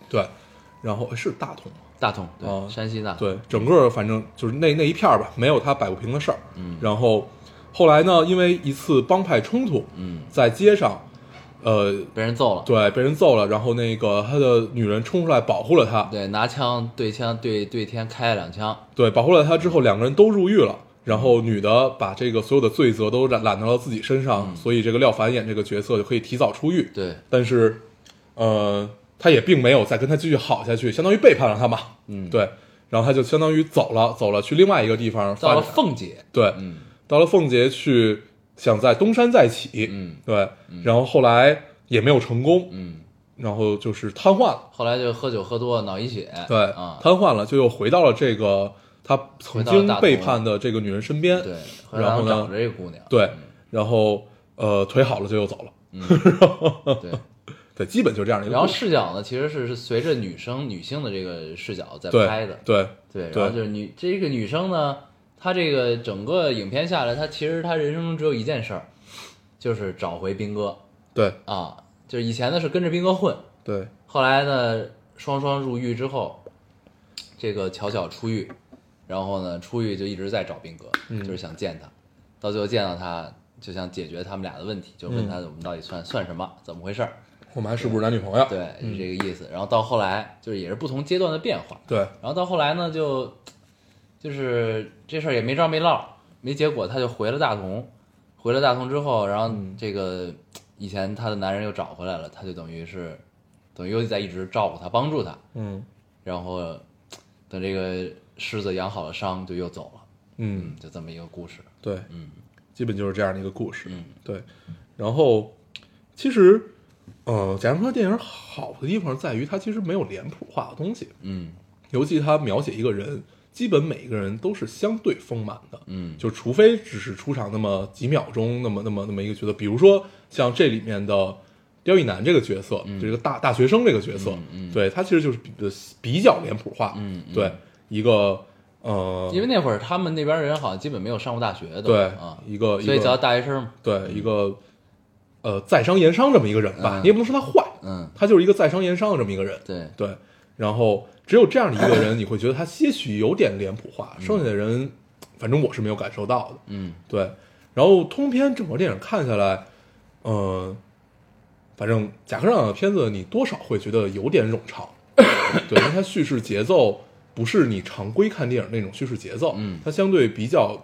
对，然后是大同吗
大同对、
啊
山西大同
对，整个反正就是那那一片儿吧，没有他摆不平的事儿。嗯，然后后来呢，因为一次帮派冲突，
嗯，
在街上，呃，
被人揍了，
对，被人揍了，然后那个他的女人冲出来保护了他，
对拿枪对枪对对天开了两枪，
对，保护了他之后，两个人都入狱了。然后女的把这个所有的罪责都揽揽到了自己身上，所以这个廖凡演这个角色就可以提早出狱。
对
但是，呃，他也并没有再跟他继续好下去，相当于背叛了他嘛。嗯，对。然后他就相当于走了，走了去另外一个地方发
到
展，
了凤姐，
对，到了凤姐去想在东山再起，
嗯，
对。然后后来也没有成功，
嗯，
然后就是瘫痪了。
后来就喝酒喝多了脑溢血，
对，
啊、
瘫痪了，就又回到了这个他曾
回到了
经
大同
背叛的这个女人身边。
对，
然后
找
呢，
这个姑娘，嗯
对，然后呃，腿好了就又走了。 [LAUGHS]
对，
对，基本就这样的一个
然后
故事。
视角呢，其实是是随着女生女性的这个视角在
对
拍的，
对
对，
对
然后就是女这个女生呢，她这个整个影片下来，她其实她人生中只有一件事儿，就是找回斌哥
对
啊，就是以前呢是跟着斌哥混，
对，
后来呢双双入狱之后，这个巧巧出狱，然后呢出狱就一直在找斌哥，就是想见他，到最后见到他就想解决他们俩的问题，就问他我们到底算、算什么，怎么回事儿。
我们还是不是男女朋友？
对，是这个意思。然后到后来就是也是不同阶段的变化，
对
然后到后来呢，就就是这事儿也没着没落，没结果，他就回了大同，回了大同之后，然后
嗯
这个以前他的男人又找回来了，他就等于是等于又在一直照顾他，帮助他，
嗯
然后等这个狮子养好了伤，就又走了，
嗯
嗯，，就这么一个故事，
对，
嗯，
基本就是这样的一个故事。
嗯，
对。然后其实，呃，贾樟柯电影好的地方在于它其实没有脸谱化的东西，
嗯
尤其他描写一个人，基本每个人都是相对丰满的。
嗯，
就除非只是出场那么几秒钟，那么那么那么一个角色，比如说像这里面的刁亦男这个角
嗯
色，这个大大学生这个角色，对他其实就是比比较脸谱化，
嗯嗯
对一个呃，
因为那会儿他们那边人好像基本没有上过大学的，
对
啊，
一个一
所以
个
叫大学生嘛，
对一个呃在商言商这么一个人吧，
嗯
你也不能说他坏，
嗯，
他就是一个在商言商的这么一个人，
对，
对，然后只有这样的一个人，你会觉得他些许有点脸谱化，剩下的人，反正我是没有感受到的。
嗯，
对，然后通篇整个电影看下来，嗯，反正贾科长的片子你多少会觉得有点冗长，对，因为它叙事节奏不是你常规看电影那种叙事节奏，
嗯
它相对比较，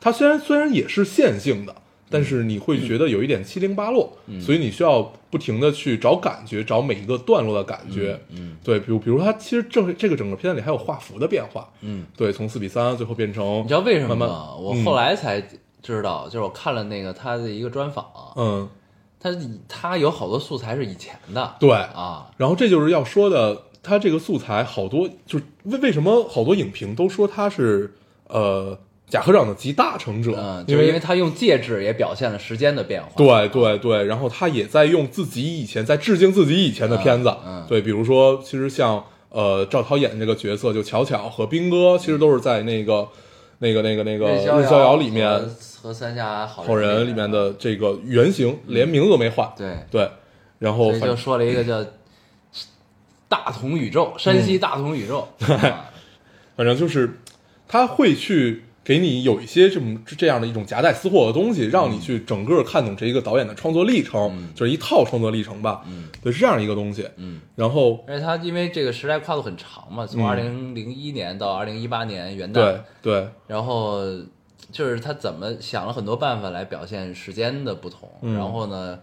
它虽然虽然也是线性的。但是你会觉得有一点七零八落，
嗯
所以你需要不停的去找感觉，找每一个段落的感觉。
嗯
对，比如比如它其实正这个整个片子里还有画幅的变化，
嗯，
对，从四比三最后变成
你知道为什么
慢慢
吗？我
嗯
后来才知道，就是我看了那个他的一个专访，
嗯，
他他有好多素材是以前的，
对
啊，
然后这就是要说的，它这个素材好多就是为为什么好多影评都说它是呃贾科长的集大成者，
嗯，就
因
是因
为
为他用介质也表现了时间的变化，
对对对，然后他也在用自己以前在致敬自己以前的片子，
嗯嗯
对，比如说其实像呃赵涛演这个角色就巧巧和斌哥，其实都是在那个、那个那个那个
日
日逍
遥
遥里面
和和三峡好
好人里面的这个原型，连名字都没换，
嗯对，
对，然后
所以
反
就说了一个叫大同宇宙，山
嗯
西大同宇宙，
[LAUGHS]
啊
反正就是他会去给你有一些这么这样的一种夹带私货的东西，让
嗯
你去整个看懂这一个导演的创作历程，就是一套创作历程吧。嗯，对，是这样一个东西。
嗯，
然后
而且他因为这个时代跨度很长嘛，从
嗯
二零零一年到二零一八年元旦
对，对，
然后就是他怎么想了很多办法来表现时间的不同，
嗯
然后呢，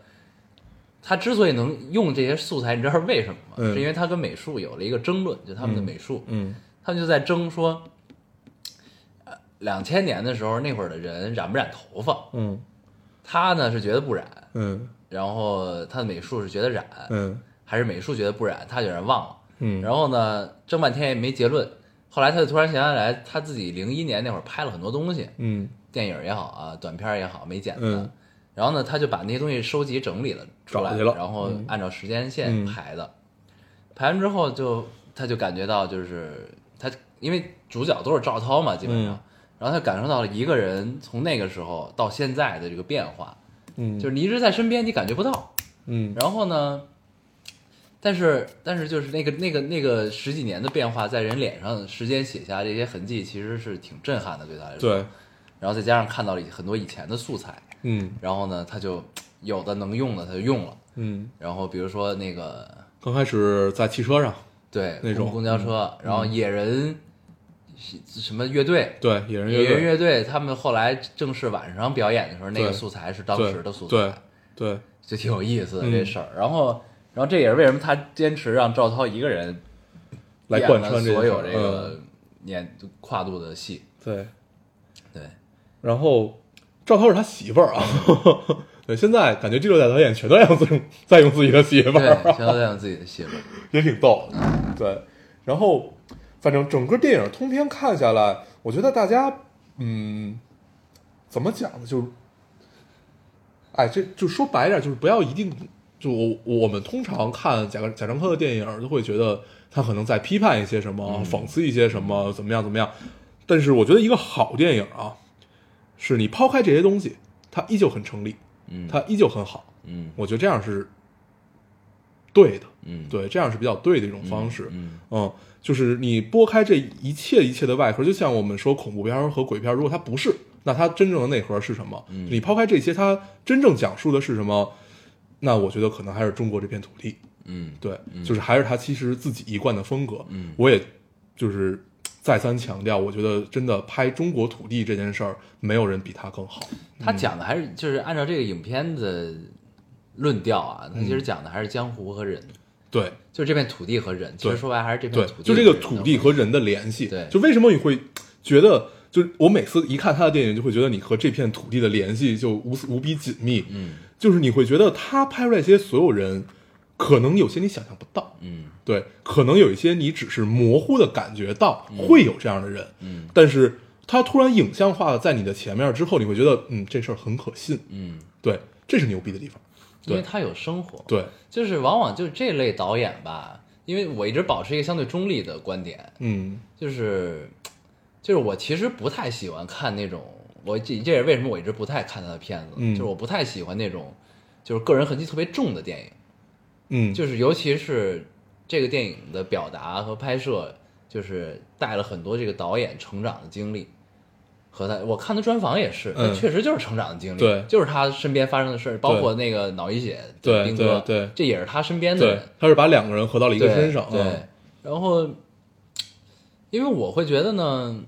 他之所以能用这些素材，你知道是为什么吗？
嗯
是因为他跟美术有了一个争论，就他们的美术，
嗯
他们就在争说，呃两千年的时候那会儿的人染不染头发，
嗯
他呢是觉得不染，
嗯
然后他的美术是觉得染，
嗯
还是美术觉得不染，他有点忘了。
嗯，
然后呢，争半天也没结论。后来他就突然想起来，他自己零一年那会儿拍了很多东西，
嗯
电影也好啊，短片也好，没剪的。
嗯
然后呢，他就把那些东西收集整理了出来，
找去了
然后按照时间线
嗯
排的。排完之后就，他就感觉到就是他，因为主角都是赵涛嘛，基本上，
嗯
然后他感受到了一个人从那个时候到现在的这个变化，
嗯，
就是你一直在身边，你感觉不到。
嗯
然后呢，但是但是就是那个那个那个十几年的变化，在人脸上时间写下这些痕迹，其实是挺震撼的，对他来说。
对，
然后再加上看到了很多以前的素材，
嗯
然后呢，他就有的能用的他就用了。
嗯，
然后比如说那个
刚开始在汽车上，
对
那种
公
嗯
公交车，然后野人什么乐队。
对野人
野
乐
人
队，
乐队他们后来正式晚上表演的时候，那个
对
素材是当
对
时的素材，
对对，
就挺有意思的
嗯
这事儿。然后，然后这也是为什么他坚持让赵涛一个人
来
演
贯
了
穿这
所
件
有
事
这
儿嗯
个年跨度的戏。
对。
对，
然后赵涛是他媳妇儿啊。 [LAUGHS] 对，现在感觉第六代导演全都要用在用自己的媳妇
对
儿，，啊
全都在用自己的戏份。
也挺逗的。对，然后反正整个电影通篇看下来，我觉得大家嗯，怎么讲呢？就是，哎，这就说白点儿，就是不要一定就我我们通常看贾贾樟柯的电影，都会觉得他可能在批判一些什么，讽刺一些什么，怎么样怎么样。但是我觉得一个好电影啊，是你抛开这些东西，它依旧很成立，
嗯
它依旧很好。
嗯
我觉得这样是对的，
嗯，
对，这样是比较对的一种方式。
嗯
嗯，就是你拨开这一切一切的外壳，就像我们说恐怖片儿和鬼片儿，如果它不是，那它真正的内核是什么？
嗯
你抛开这些，它真正讲述的是什么？那我觉得可能还是中国这片土地，
嗯
对，就是还是他其实自己一贯的风格。嗯，我也就是再三强调，我觉得真的拍中国土地这件事儿，没有人比他更好。
他讲的还是就是按照这个影片的论调啊，他其
嗯
实讲的还是江湖和人，
对，
就是这片土地和人。其实
对
说白了还是这片
对
土地，
就这
和
个
人
土
的
地和人的联系。
对
就为什么你会觉得，就是我每次一看他的电影，就会觉得你和这片土地的联系就无无比紧密。嗯，就是你会觉得他拍出来这些所有人，可能有些你想象不到。
嗯
对，可能有一些你只是模糊的感觉到会有这样的人。嗯，但是他突然影像化的在你的前面之后，你会觉得，嗯，这事儿很可信。
嗯，
对，这是牛逼的地方。
因为
对
他有生活。
对，
就是往往就是这类导演吧，因为我一直保持一个相对中立的观点，
嗯
就是就是我其实不太喜欢看那种，我这这也是为什么我一直不太看他的片子，
嗯
就是我不太喜欢那种就是个人痕迹特别重的电影，
嗯，
就是尤其是这个电影的表达和拍摄，就是带了很多这个导演成长的经历。和他，我看他专访也是，
嗯
他确实就是成长的经历，
对
就是他身边发生的事儿，包括那个脑溢血，
对
丁哥，
对对
这也是他身边的
对
人，，
他是把两个人合到了一个
对
身上，
对
嗯，
然后因为我会觉得呢，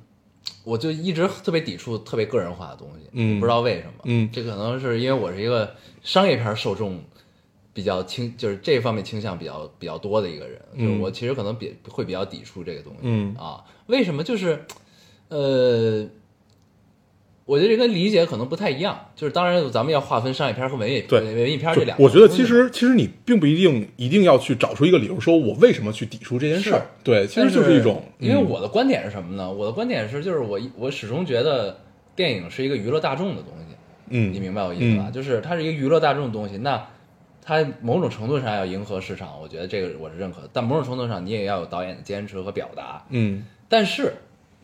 我就一直特别抵触特别个人化的东西，
嗯
不知道为什么，
嗯
这可能是因为我是一个商业片受众比较倾，就是这方面倾向比较比较多的一个人，
嗯
就是我其实可能比会比较抵触这个东西，
嗯
啊，为什么就是呃。我觉得这跟理解可能不太一样，就是当然咱们要划分商业片和文艺
对
文艺片
就
这两个东西。
我觉得其实其实你并不一定一定要去找出一个理由，说我为什么去抵触这件事儿。对，其实
但
就是一种，
因为
嗯
我的观点是什么呢？我的观点是，就是我我始终觉得电影是一个娱乐大众的东西，
嗯，
你明白我意思吧？
嗯
就是它是一个娱乐大众的东西，那它某种程度上要迎合市场，我觉得这个我是认可的。但某种程度上，你也要有导演的坚持和表达。
嗯
但是，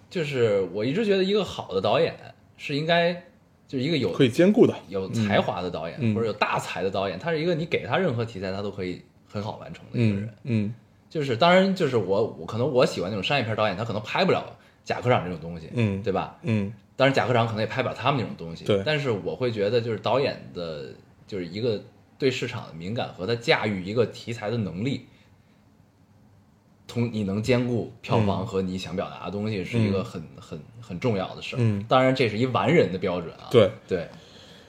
就是我一直觉得一个好的导演是应该就是一个有
可以兼顾的，
有才华的导演，
嗯
或者有大才的导演，他是一个你给他任何题材他都可以很好完成的一个人
嗯。嗯
就是当然就是我我可能我喜欢那种商业片导演，他可能拍不了贾科长这种东西，
嗯
对吧？
嗯
当然贾科长可能也拍不了他们那种东西，
对
但是我会觉得就是导演的就是一个对市场的敏感和他驾驭一个题材的能力，同你能兼顾票
嗯
房和你想表达的东西是一个很、很很重要的事儿。
嗯
当然这是一完人的标准啊。
对
对。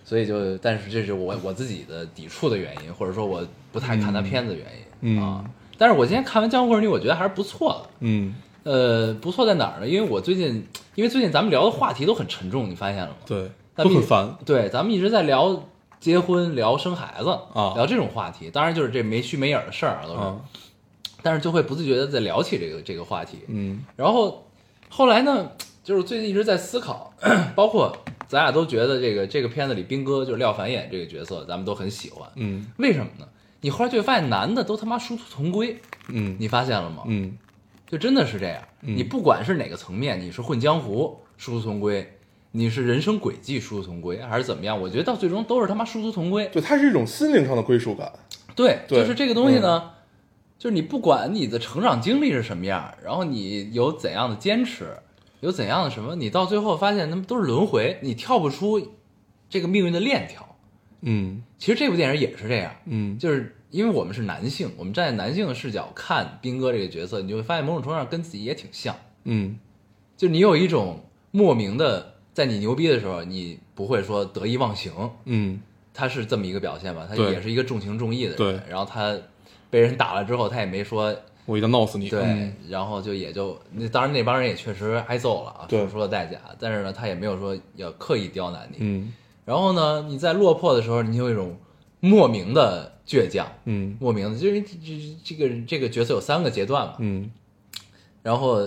所以就，但是这是我我自己的抵触的原因，或者说我不太看他片子的原因、
嗯
啊。但是我今天看完《江湖儿女》，我觉得还是不错
嗯，
的。呃，不错在哪儿呢？因为我最近，因为最近咱们聊的话题都很沉重，你发现了吗？
对，
咱
都
们
很
一
烦，
对，咱们一直在聊结婚、聊生孩子
啊
聊这种话题。当然就是这没须没影儿的事儿啊，都是。
啊，
但是就会不自觉的在聊起这个这个话题。
嗯
然后后来呢，就是最近一直在思考，包括咱俩都觉得这个这个片子里兵哥就是廖凡演这个角色，咱们都很喜欢。
嗯
为什么呢？你后来就会发现男的都他妈殊途同归，
嗯
你发现了吗？
嗯
就真的是这样。
嗯
你不管是哪个层面，你是混江湖殊途同归，你是人生轨迹殊途同归，还是怎么样？我觉得到最终都是他妈殊途同归。
对，它是一种心灵上的归属感，
对，
对
就是这个东西呢，就是你不管你的成长经历是什么样，然后你有怎样的坚持，有怎样的什么，你到最后发现他们都是轮回，你跳不出这个命运的链条。
嗯
其实这部电影也是这样，
嗯
就是因为我们是男性，我们站在男性的视角看斌哥这个角色，你就会发现某种程度上跟自己也挺像，
嗯
就你有一种莫名的，在你牛逼的时候，你不会说得意忘形，
嗯
他是这么一个表现吧，他
对
也是一个重情重义的人
对。
然后他被人打了之后，他也没说
我一定要闹死你，
对，
嗯
然后就也就那当然那帮人也确实挨揍了啊，
对
付出了代价，但是呢，他也没有说要刻意刁难你。
嗯
然后呢，你在落魄的时候，你有一种莫名的倔强，
嗯
莫名的，就是这这这个这个角色有三个阶段嘛，
嗯
然后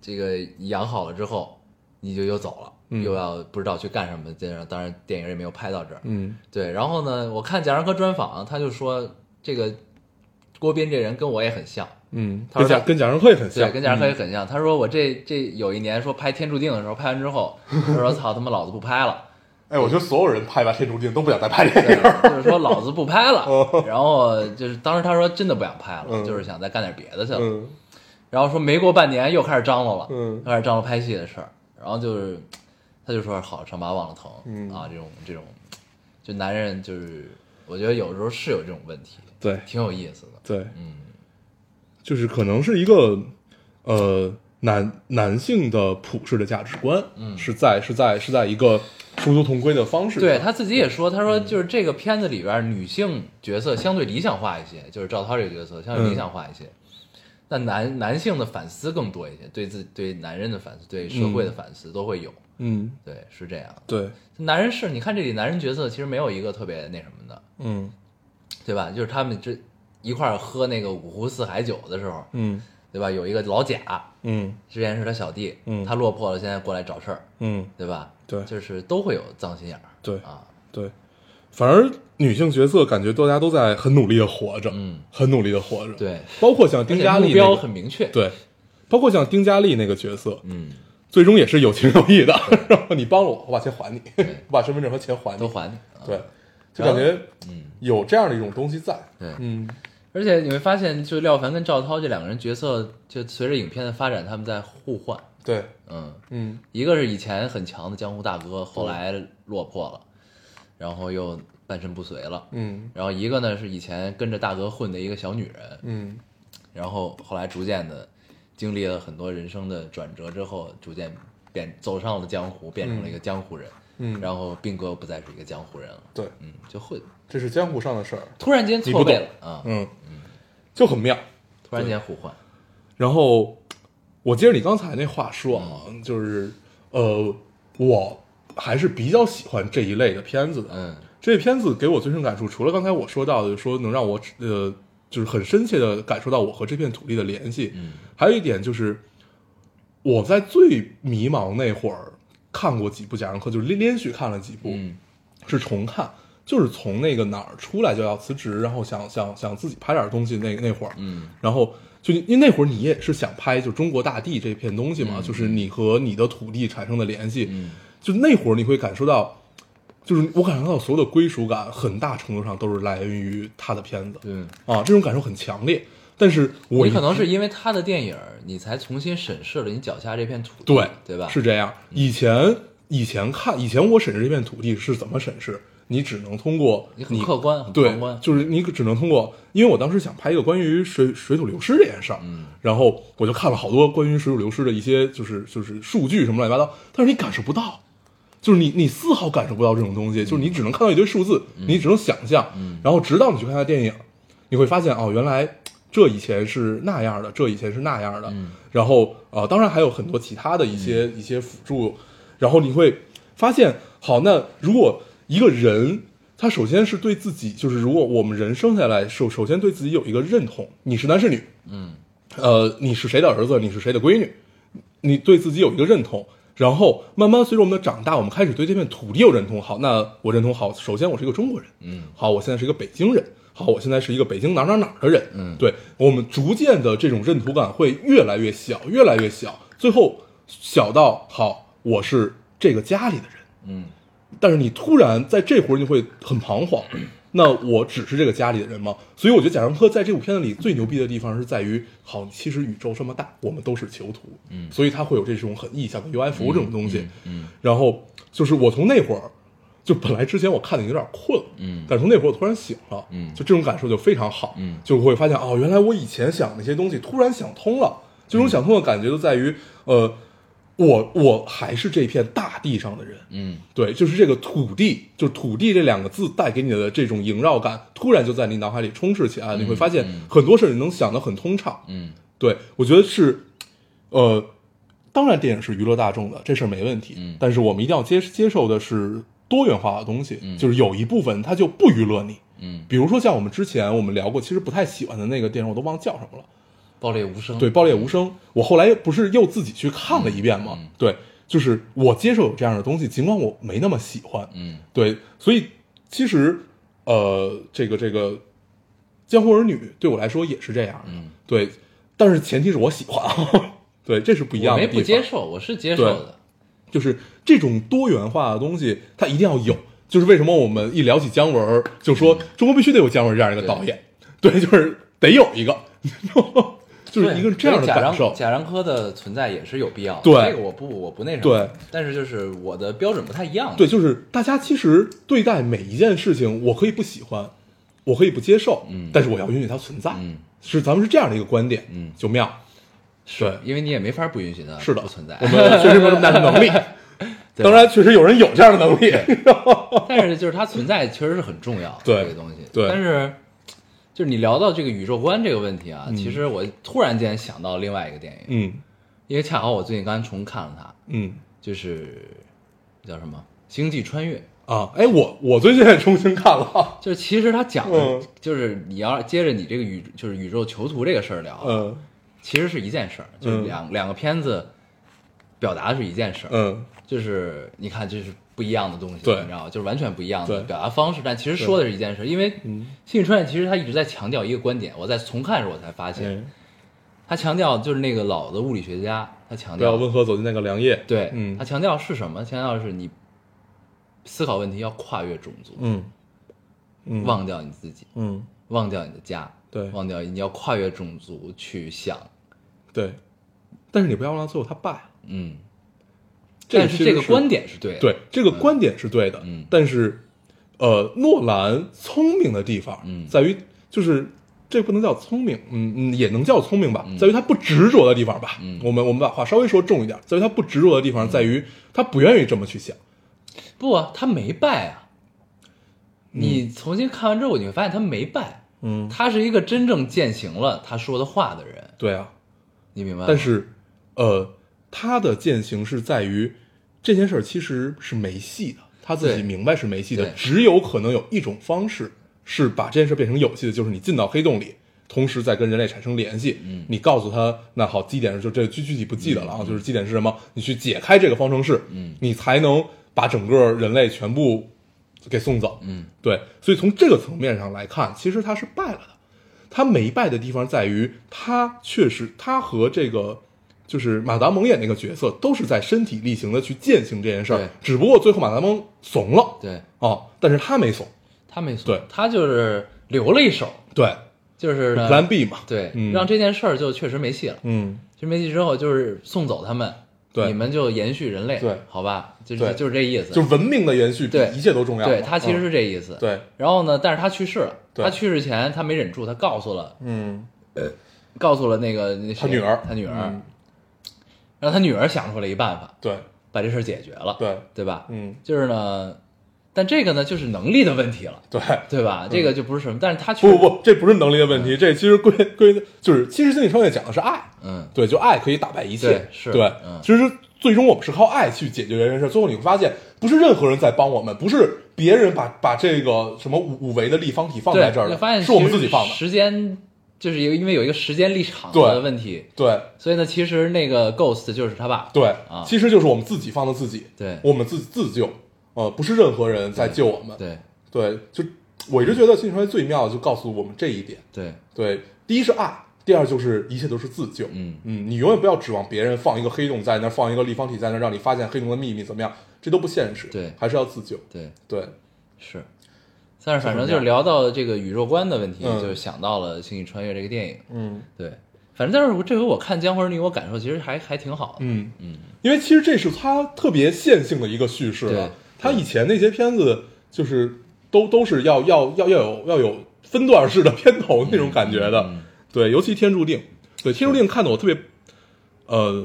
这个养好了之后，你就又走了，
嗯
又要不知道去干什么，这样当然电影也没有拍到这儿，
嗯
对，然后呢，我看贾樟柯专访，他就说这个郭斌这人跟我也很像，
嗯，
他
跟
说
贾
他
跟贾樟柯也很
对，
像，嗯
跟贾樟柯也很像。他说我这这有一年说拍《天注定》的时候，拍完之后，他说操他妈老子不拍了，
哎，我觉得所有人拍完《天注定》都不想再 [LAUGHS] 拍电
对
影，
就是说老子不拍了。然后就是当时他说真的不想拍了，
哦嗯
就是想再干点别的去了。
嗯
然后说没过半年又开始张罗了，
嗯
又开始张罗拍戏的事儿。然后就是，他就说好伤疤忘了疼、
嗯
啊，这种这种，就男人就是，我觉得有时候是有这种问题，
对
挺有意思的。
对，
嗯
就是可能是一个呃男男性的普世的价值观，
嗯
是在是在是在一个殊途同归的嗯方式，
对，他自己也说，他说就是这个片子里边儿女性角色相对理想化一些，就是赵涛这个角
嗯
色相对理想化一些，但男男性的反思更多一些，对自对男人的反思，对社会的反思都会有，
嗯，
对，是这样。
对，
男人是你看这里男人角色其实没有一个特别那什么的，
嗯
对吧？就是他们这一块儿喝那个五湖四海酒的时候，
嗯
对吧？有一个老贾，
嗯
之前是他小弟，
嗯
他落魄了，现在过来找事儿，
嗯，
对吧？
对
就是都会有脏心眼儿，
对
啊，
对，反而女性角色感觉大家都在很努力的活着，
嗯，
很努力的活着，
对，
包括像丁嘉
而且目
丽、那
标
个，
很明确，
对，包括像丁嘉丽那个角色，
嗯，
最终也是有情有义的， [LAUGHS] 然后你帮了我，我把钱还你， [LAUGHS] 我把身份证和钱还
都
你，
还你。啊
对，就感觉
嗯
有这样的一种东西在，
对
嗯，
而且你会发现，就廖凡跟赵涛这两个人角色，就随着影片的发展，他们在互换。
对，
嗯，
嗯，
一个是以前很强的江湖大哥，后来落魄了，然后又半身不遂了。
嗯，
然后一个呢是以前跟着大哥混的一个小女人，
嗯，
然后后来逐渐的经历了很多人生的转折之后，逐渐变走上了江湖，变成了一个江湖人。
嗯
然后斌哥不再是一个江湖人了。
对，
嗯，就会
这是江湖上的事儿，
突然间
你不
错位
懂
了啊，
嗯，就很妙。
突然间互换。
然后我接着你刚才那话说啊，就是呃，我还是比较喜欢这一类的片子的。
嗯
这类片子给我最深感触，除了刚才我说到的，就说能让我呃，就是很深切的感受到我和这片土地的联系，
嗯
还有一点就是我在最迷茫那会儿看过几部贾樟柯，就是连连续看了几部，
嗯
是重看，就是从那个哪儿出来就要辞职，然后想想想自己拍点东西那那会儿，
嗯
然后就因为那会儿你也是想拍就中国大地这片东西嘛，就是你和你的土地产生的联系，
嗯
就那会儿你会感受到，就是我感受到所有的归属感，很大程度上都是来源于他的片子，
嗯，
啊，这种感受很强烈。但是我
你
一
可能是因为他的电影儿，你才重新审视了你脚下这片土地，
对
对吧？嗯
是这样。以前以前看以前我审视这片土地是怎么审视，你只能通过
你很客观，很
对
客观，，
就是你只能通过，因为我当时想拍一个关于水水土流失这件事儿，
嗯
然后我就看了好多关于水土流失的一些就是就是数据什么乱七八糟，但是你感受不到，就是你你丝毫感受不到这种东西，就是你只能看到一堆数字，你只能想象，然后直到你去看他电影，你会发现哦，原来这以前是那样的，这以前是那样的，然后呃，当然还有很多其他的一些、一些辅助，然后你会发现，好，那如果一个人他首先是对自己，就是如果我们人生下来首首先对自己有一个认同，你是男是女，呃，你是谁的儿子，你是谁的闺女，你对自己有一个认同，然后慢慢随着我们的长大，我们开始对这片土地有认同。好，那我认同好，首先我是一个中国人，嗯，好，我现在是一个北京人，好，我现在是一个北京哪儿哪儿哪儿的人，嗯，对我们逐渐的这种认同感会越来越小，越来越小，最后小到好，我是这个家里的人，
嗯，
但是你突然在这会儿你会很彷徨。那我只是这个家里的人吗？所以我觉得贾樟柯在这部片子里最牛逼的地方是在于，好，其实宇宙这么大，我们都是囚徒，嗯，所以他会有这种很意象的 UFO 这种东西，嗯，然后就是我从那会儿，就本来之前我看的有点困，嗯，但是从那会儿我突然醒了，嗯，就这种感受就非常好，嗯，就会发现哦，原来我以前想那些东西突然想通了，这种想通的感觉就在于，呃，我我还是这片大地上的人，
嗯，
对，就是这个土地，就是土地这两个字带给你的这种萦绕感，突然就在你脑海里充斥起来，你会发现很多事儿你能想得很通畅。
嗯，
对，我觉得是，呃，当然电影是娱乐大众的，这事儿没问题。
嗯
但是我们一定要接接受的是多元化的东西，就是有一部分它就不娱乐你。
嗯，
比如说像我们之前我们聊过，其实不太喜欢的那个电影，我都忘了叫什么了。
爆裂无声，
对，《爆裂无声》，我后来不是又自己去看了一遍吗？对，就是我接受有这样的东西，尽管我没那么喜欢，
嗯，
对，所以其实呃，这个这个《江湖儿女》对我来说也是这样的，
嗯
对，但是前提是我喜欢 [LAUGHS] 啊，对，这是不一
我
样的
没
地方。
不接受，我是接受
对
的，
就是这种多元化的东西，它一定要有。就是为什么我们一聊起姜文儿，就说中国必须得有姜文儿这样一个导演，对，就是得有一个， [LAUGHS] 就是一个这样
所
的
以贾
感
樟
受。
贾樟柯的存在也是有必要的，
对
这个我不我不那什么，
对，
但是就是我的标准不太一样，
对，，就是大家其实对待每一件事情，我可以不喜欢，我可以不接受，嗯，但是我要允许它存在，
嗯，
是咱们是这样的一个观点，
嗯，
就妙，对，
因为你也没法不允许它
是的
不存在
我，们确实没有这么大的
[LAUGHS]
能力，当然确实有人有这样的能力，
[LAUGHS] 但是就是它存在确实是很重要的，
对
这个东西，
对
但是就是你聊到这个宇宙观这个问题啊，其实我突然间想到另外一个电影，
[LAUGHS] 嗯
因为恰好我最近刚重看了它，
嗯
就是叫什么《星际穿越》。
啊，哎，我我最近也重新看了，
就是其实它讲的
嗯，
就是你要接着你这个宇，就是宇宙囚徒这个事儿聊啊，
嗯
其实是一件事儿，就是
嗯
两、两个片子表达的是一件事儿，
嗯
就是你看，这是不一样的东西，
对
你知道吗？就是完全不一样的
对
表达方式，但其实说的是一件事。因为
嗯
新宇川其实他一直在强调一个观点，我在重看的时候我才发现，
哎，
他强调就是那个老的物理学家，他强
不要
调
温和走进那个凉夜。
对，
啊嗯
他强调是什么？强调是你思考问题要跨越种族，
嗯嗯，
忘掉你自己，
嗯
忘掉你的家，
对
忘掉你要跨越种族去想，
对，但是你不要让最后他败。
嗯，
个
但
其
是
实
这个
是
观点是对的，
对，这个观点是对的，
嗯
但是，呃，诺兰聪明的地方，
嗯
在于就是这不能叫聪明，嗯嗯，也能叫聪明吧，在于他不执着的地方吧。
嗯
我们我们把话稍微说重一点，在于他不执着的地方，在于他不愿意这么去想。
不啊，他没败啊。你重新看完之后，你会发现他没败，
嗯，
他是一个真正践行了他说的话的人，
对啊，
你明白吗？
但是，呃，他的践行是在于这件事儿其实是没戏的，他自己
对
明白是没戏的
对，
只有可能有一种方式是把这件事变成有戏的，就是你进到黑洞里，同时再跟人类产生联系。
嗯
你告诉他，那好，基点是就这具具体不记得了啊，就是基点是什么，你去解开这个方程式，
嗯
你才能把整个人类全部给送走。
嗯，
对，所以从这个层面上来看，其实他是败了的。他没败的地方在于，他确实，他和这个就是马达蒙演那个角色，都是在身体力行的去践行这件事
对
儿。只不过最后马达蒙怂了
对
啊，但是他没怂。
他没错，
对
他就是留了一手，
对
就是呢
，Plan B 嘛。
对，
嗯
让这件事儿就确实没戏了。
嗯，
其实没戏之后就是送走他们，
对
你们就延续人类，
对
好吧，就
对
是就是这意思，
就文明的延续比
对
一切都重要嘛。
对他其实是这意思，
嗯对，
然后呢，但是他去世了，
对
他去世前他没忍住，他告诉了
嗯，
告诉了那个那谁
他女儿，
他女儿，
嗯
然后他女儿想出了一办法，
对
把这事儿解决了，
对，
对吧？
嗯
就是呢，但这个呢就是能力的问题了，
对。
对吧？这个就不是什么，但是他去
嗯不不，不，这不是能力的问题，这其实归归就是，其实心理创业讲的是爱，
嗯，
对，就爱可以打败一切，
对是
对
嗯
其实最终我们是靠爱去解决这件事，最后你会发现，不是任何人在帮我们，不是别人把把这个什么五五维的立方体放
对
在这儿
就发现
的，是我们
其实
自己放的，
时间就是一个因为有一个时间立场的
对
问题，
对
所以呢，其实那个 Ghost 就是他爸，
对、
啊
其实就是我们自己放的自己，
对
我们自自救，呃，不是任何人在救我们，
对
对就我一直觉得心理创业最妙的就告诉我们这一点，
对，
对，第一是爱，第二就是一切都是自救，
嗯，
嗯，你永远不要指望别人放一个黑洞在那儿，放一个立方体在那儿，让你发现黑洞的秘密怎么样，这都不现实。
对
还是要自救。
对
对，
是。但是反正
就
就是是
这
聊到这个宇宙观的问题，
嗯
就想到了《星际穿越》这个电影。
嗯
对，反正但是我这回我看《江湖儿女》，我感受其实还还挺好的。
嗯
嗯，
因为其实这是他特别线性的一个叙事
对
了。他以前那些片子就是都都是要要要要有要有分段式的片头那种感觉
嗯
的。对，尤其《天注定》，对《天注定》看的我特别，呃，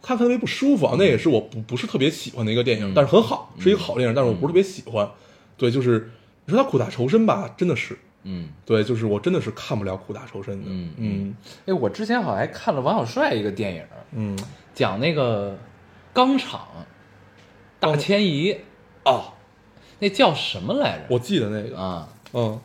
看看特别不舒服啊。那也是我不不是特别喜欢的一个电
嗯
影，但是很好，是一个好电影，但是我不是特别喜欢。对，就是你说他苦大仇深吧，真的是。
嗯，
对，就是我真的是看不了苦大仇深的。
嗯
嗯
哎，我之前好像还看了王小帅一个电影，
嗯
讲那个钢厂大迁移，
啊，
那叫什么来着？
我记得那个，
啊，
嗯，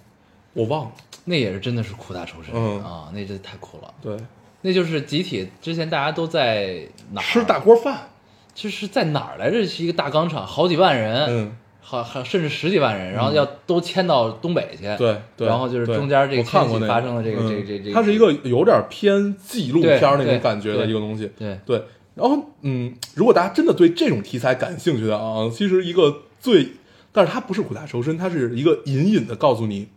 我忘了。
那也是真的是苦大仇深、
嗯
啊，那真太苦了。
对，
那就是集体之前大家都在哪儿
吃大锅饭。
这是在哪儿来着？是一个大钢厂，好几万人，
嗯，
好好甚至十几万人，然后要都迁到东北去，
对，对
然后就是
对
中间这个
我看过
迁徙
那
发生了这个
嗯
这个这个这个
它是一个有点偏纪录
对
片儿那
对
种感觉的
对
一个东西。
对
对，然后嗯，如果大家真的对这种题材感兴趣的啊，其实一个最，但是它不是苦大仇深，它是一个隐隐的告诉你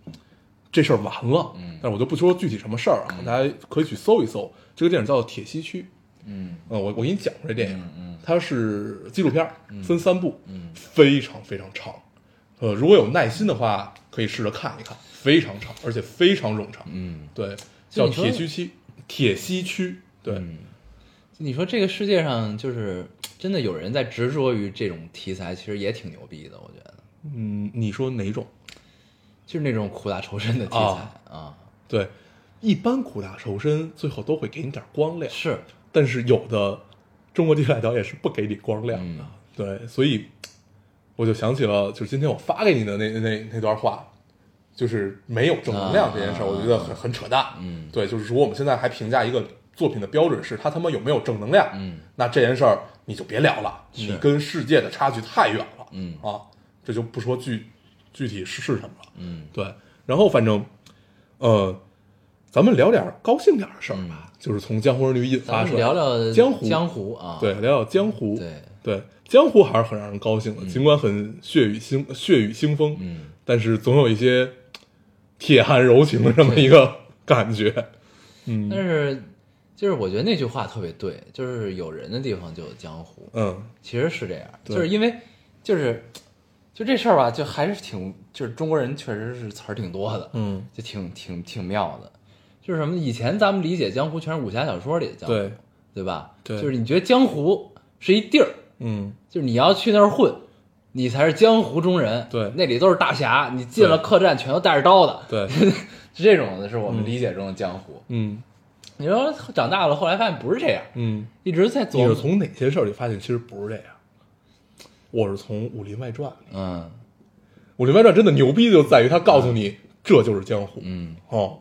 这事儿完了。嗯，但是我就不说具体什么事儿啊，大家可以去搜一搜。这个电影叫《铁西区》。
嗯
嗯，我我给你讲过这电影，它是纪录片儿，分三部，
嗯
非常非常长。呃，如果有耐心的话，可以试着看一看，非常长，而且非常冗长。
嗯，
对，
就
叫
你说嗯
铁西区，铁西区，对，
你说这个世界上就是真的有人在执着于这种题材，其实也挺牛逼的，我觉得
嗯，你说哪种？
就是那种苦大仇深的题材
啊
啊，
对，一般苦大仇深，最后都会给你点光亮，
是
但是有的中国地来导演是不给你光亮的，
嗯
对，所以我就想起了，就是今天我发给你的那那那段话，就是没有正能量这件事儿，
啊
我觉得很很扯淡。
嗯
对，就是如果我们现在还评价一个作品的标准是它他妈有没有正能量，
嗯，
那这件事儿你就别聊了，
是
你跟世界的差距太远了。
嗯
啊，这就不说具具体是是什么了。
嗯
对，然后反正，呃，咱们聊点儿高兴点儿的事儿吧，就是从《江湖儿女》引
嗯
发
咱
出
们
来
聊
的，
聊
江湖
江湖啊，
对，聊聊江湖，
对，
对，江湖还是很让人高兴的，尽管很血雨腥血雨腥风，
嗯，
但是总有一些铁汉柔情的这么一个感觉。
但是就是我觉得那句话特别对，就是有人的地方就有江湖，
嗯，
其实是这样，
对
就是因为就是就这事儿吧，就还是挺就是中国人确实是词儿挺多的，
嗯，
就挺挺挺妙的。就是什么？以前咱们理解江湖全是武侠小说里的江湖，
对
对，吧？
对
就是你觉得江湖是一地儿，
嗯，
就是你要去那儿混，你才是江湖中人。
对
那里都是大侠，你进了
对
客栈全都带着刀的，
对，
[LAUGHS] 是这种的是我
嗯
们理解中的江湖。
嗯
你说长大了，后来发现不是这样，
嗯，
一直在
你
琢
是
磨。
从哪些事儿里发现其实不是这样？我是从《武林外传》里，
嗯
《武林外传》真的牛逼就在于它告诉你这就是江湖，
嗯，
哦，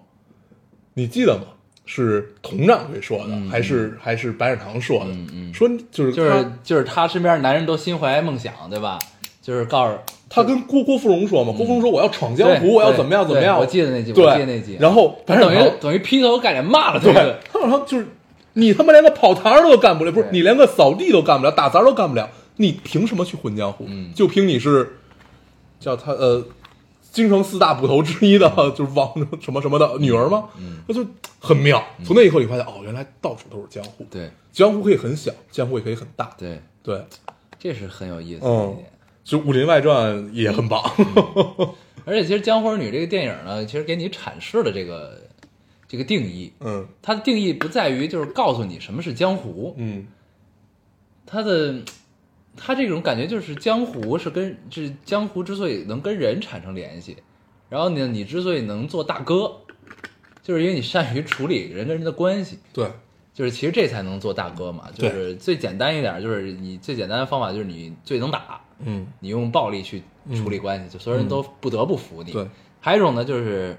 你记得吗？是佟掌柜说的，还是还是白展堂说的？说就是
就
他
是就是他身边男人都心怀梦想，对吧？就是告诉
他跟郭郭芙蓉说嘛，郭芙蓉说我要闯江
对
湖，我要
对
怎么样怎么
对
样。
我记得那集，
对
我记得那集。
然后白
他
展
等
堂
于等于劈头盖脸骂了他
对
一顿。
白展堂就是你他妈连个跑堂儿都干不了，不是
对
你连个扫地都干不了，打杂都干不了，你凭什么去混江湖？
嗯
就凭你是叫他呃。京城四大捕头之一的，就是王什么什么的女儿吗？
嗯
那就很妙。从那以后，你发现哦，原来到处都是江湖。
对
江湖可以很小，江湖也可以很大。
对，
对，
这是很有意思的一
嗯
点。，
就《武林外传》也
嗯
很棒。
而且其实《江湖儿女》这个电影呢，其实给你阐释了这个这个定义。
[LAUGHS] 嗯
它的定义不在于就是告诉你什么是江湖，
嗯
它的它这种感觉就是江湖是跟是江湖之所以能跟人产生联系，然后呢，你之所以能做大哥，就是因为你善于处理人跟人的关系。
对，
就是其实这才能做大哥嘛，就
对
是最简单一点，就是你最简单的方法就是你最能打，
嗯
你用暴力去处理关系，就所有人都不得不服你。
对，
还有一种呢，就是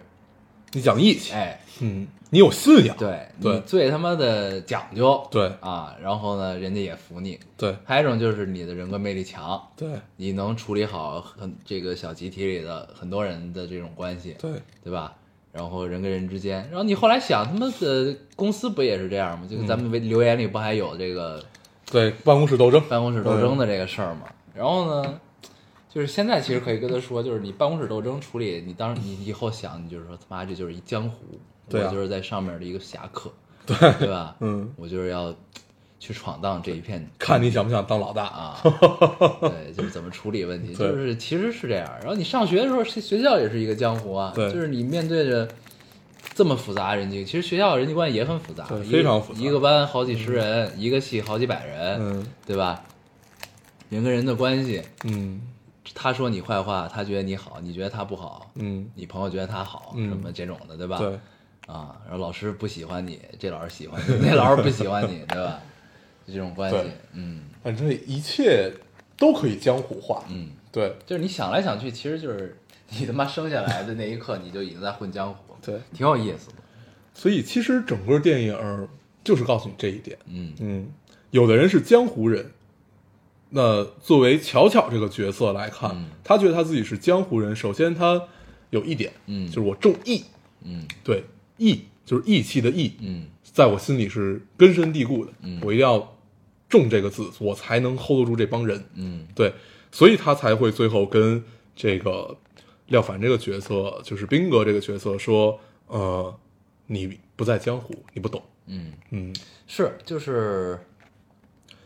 你讲义气，
哎，
嗯，你有信仰，
对
对
你最他妈的讲究，
对
啊，然后呢，人家也服你。
对
还有一种就是你的人格魅力强，
对
你能处理好很这个小集体里的很多人的这种关系，
对，
对吧？然后人跟人之间，然后你后来想，他妈的公司不也是这样吗？
嗯
就是咱们微留言里不还有这个
对，办公室斗争，
办公室斗争的这个事儿嘛。然后呢，就是现在其实可以跟他说，就是你办公室斗争处理，你当你以后想，你就是说他妈这就是一江湖，
对啊
我就是在上面的一个侠
[LAUGHS]
客，对对吧？
嗯，
我就是要去闯荡这一片
看你想不想当老大啊？
啊，
[LAUGHS]
对，就是怎么处理问题，
对
就是其实是这样。然后你上学的时候，学学校也是一个江湖啊，
对
就是你面对着这么复杂的人际，其实学校人际关系也很复杂，
对
一个
非常复杂
一个班好几十人，一个系好几百人，
嗯
对吧？人跟人的关系，
嗯
他说你坏话，他觉得你好，你觉得他不好，
嗯，
你朋友觉得他好，
嗯
什么这种的，对吧？
对，
啊，然后老师不喜欢你，这老师喜欢你，那老师不喜欢你，对吧？就这种关系
对，
嗯
反正一切都可以江湖化。
嗯。
对
就是你想来想去，其实就是你他妈生下来的那一刻，你就已经在混江湖了，
对，
挺有意思的。
所以其实整个电影就是告诉你这一点。
嗯
嗯，有的人是江湖人，那作为巧巧这个角色来看，
嗯
他觉得他自己是江湖人。首先，他有一点，
嗯
就是我重义，
嗯
对义就是义气的义，
嗯
在我心里是根深蒂固的。
嗯
我一定要重这个字，我才能 hold 得住这帮人。
嗯
对，所以他才会最后跟这个廖凡这个角色，就是兵哥这个角色说，呃，你不在江湖，你不懂。
嗯，
嗯，
是就是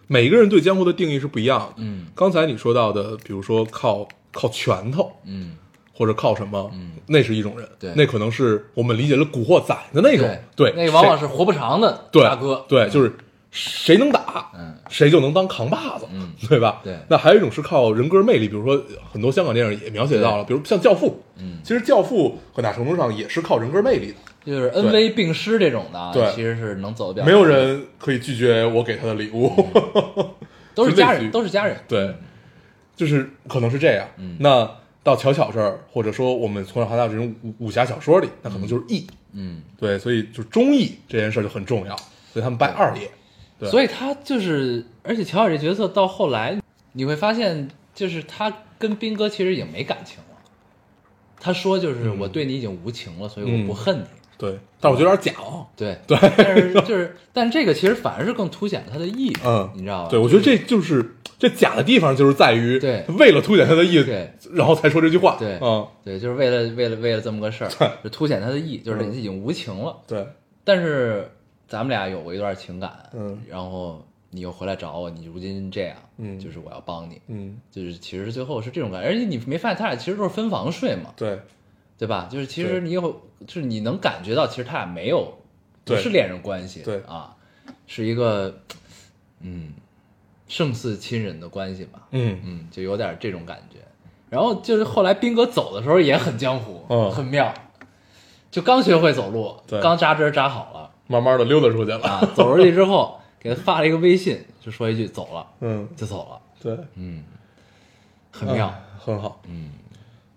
每个人对江湖的定义是不一样的。
嗯
刚才你说到的，比如说靠靠拳头
嗯
或者靠什么，
嗯
那是一种人，
对
那可能是我们理解了《古惑仔》的那种，对，
那个往往
谁
是活不长的
对
大哥，
对，就是谁能打，
嗯
谁就能当扛把子，
嗯
对吧？
对
那还有一种是靠人格魅力，比如说很多香港电影也描写到了，比如像《教父》，
嗯
其实《教父》很大程度上也是靠人格魅力的，
就是恩威并施这种的啊，
对
其实是能走得比较
没有人可以拒绝我给他的礼物，
嗯都是
就类
家
似于
人，都是家人。
[LAUGHS] 对，就是可能是这样。
嗯
那到巧巧这儿，或者说我们从小看到这种武武侠小说里，那可能就是义。
嗯，
对，所以就是忠义这件事就很重要。所以他们拜二爷，对
所以他就是，而且乔尔这角色到后来，你会发现，就是他跟斌哥其实已经没感情了。他说就是
嗯
我对你已经无情了，所以我不恨你。
对，但我觉得有点假哦。
对对，但是就是， [LAUGHS] 但这个其实反而是更凸显了他的意义，
嗯
你知道吧？
对，我觉得这就是这假的地方，就是在于
啊对
为了凸显他的意
对，
然后才说这句话。
对
嗯，
对，就是为了为了为了这么个事儿，
对嗯
就凸显他的意义，就是人家已经无情了。
对，
但是咱们俩有过一段情感，
嗯，
然后你又回来找我，你如今这样，
嗯
就是我要帮你，
嗯，
就是其实最后是这种感觉，而且你没发现他俩其实都是分房睡嘛，
对，
对吧？就是其实
对
你有，就是你能感觉到，其实他俩没有不
对
是恋人关系，
对
啊，是一个嗯胜似亲人的关系吧，
嗯，
嗯，就有点这种感觉。然后就是后来斌哥走的时候也很江湖，
嗯
很妙，就刚学会走路，
对
刚扎针扎好了。
慢慢的溜达出去了。
啊，走出去之后给他发了一个微信，就说一句走了
嗯，
就走了，
对，
嗯，很妙，
啊很好。
嗯，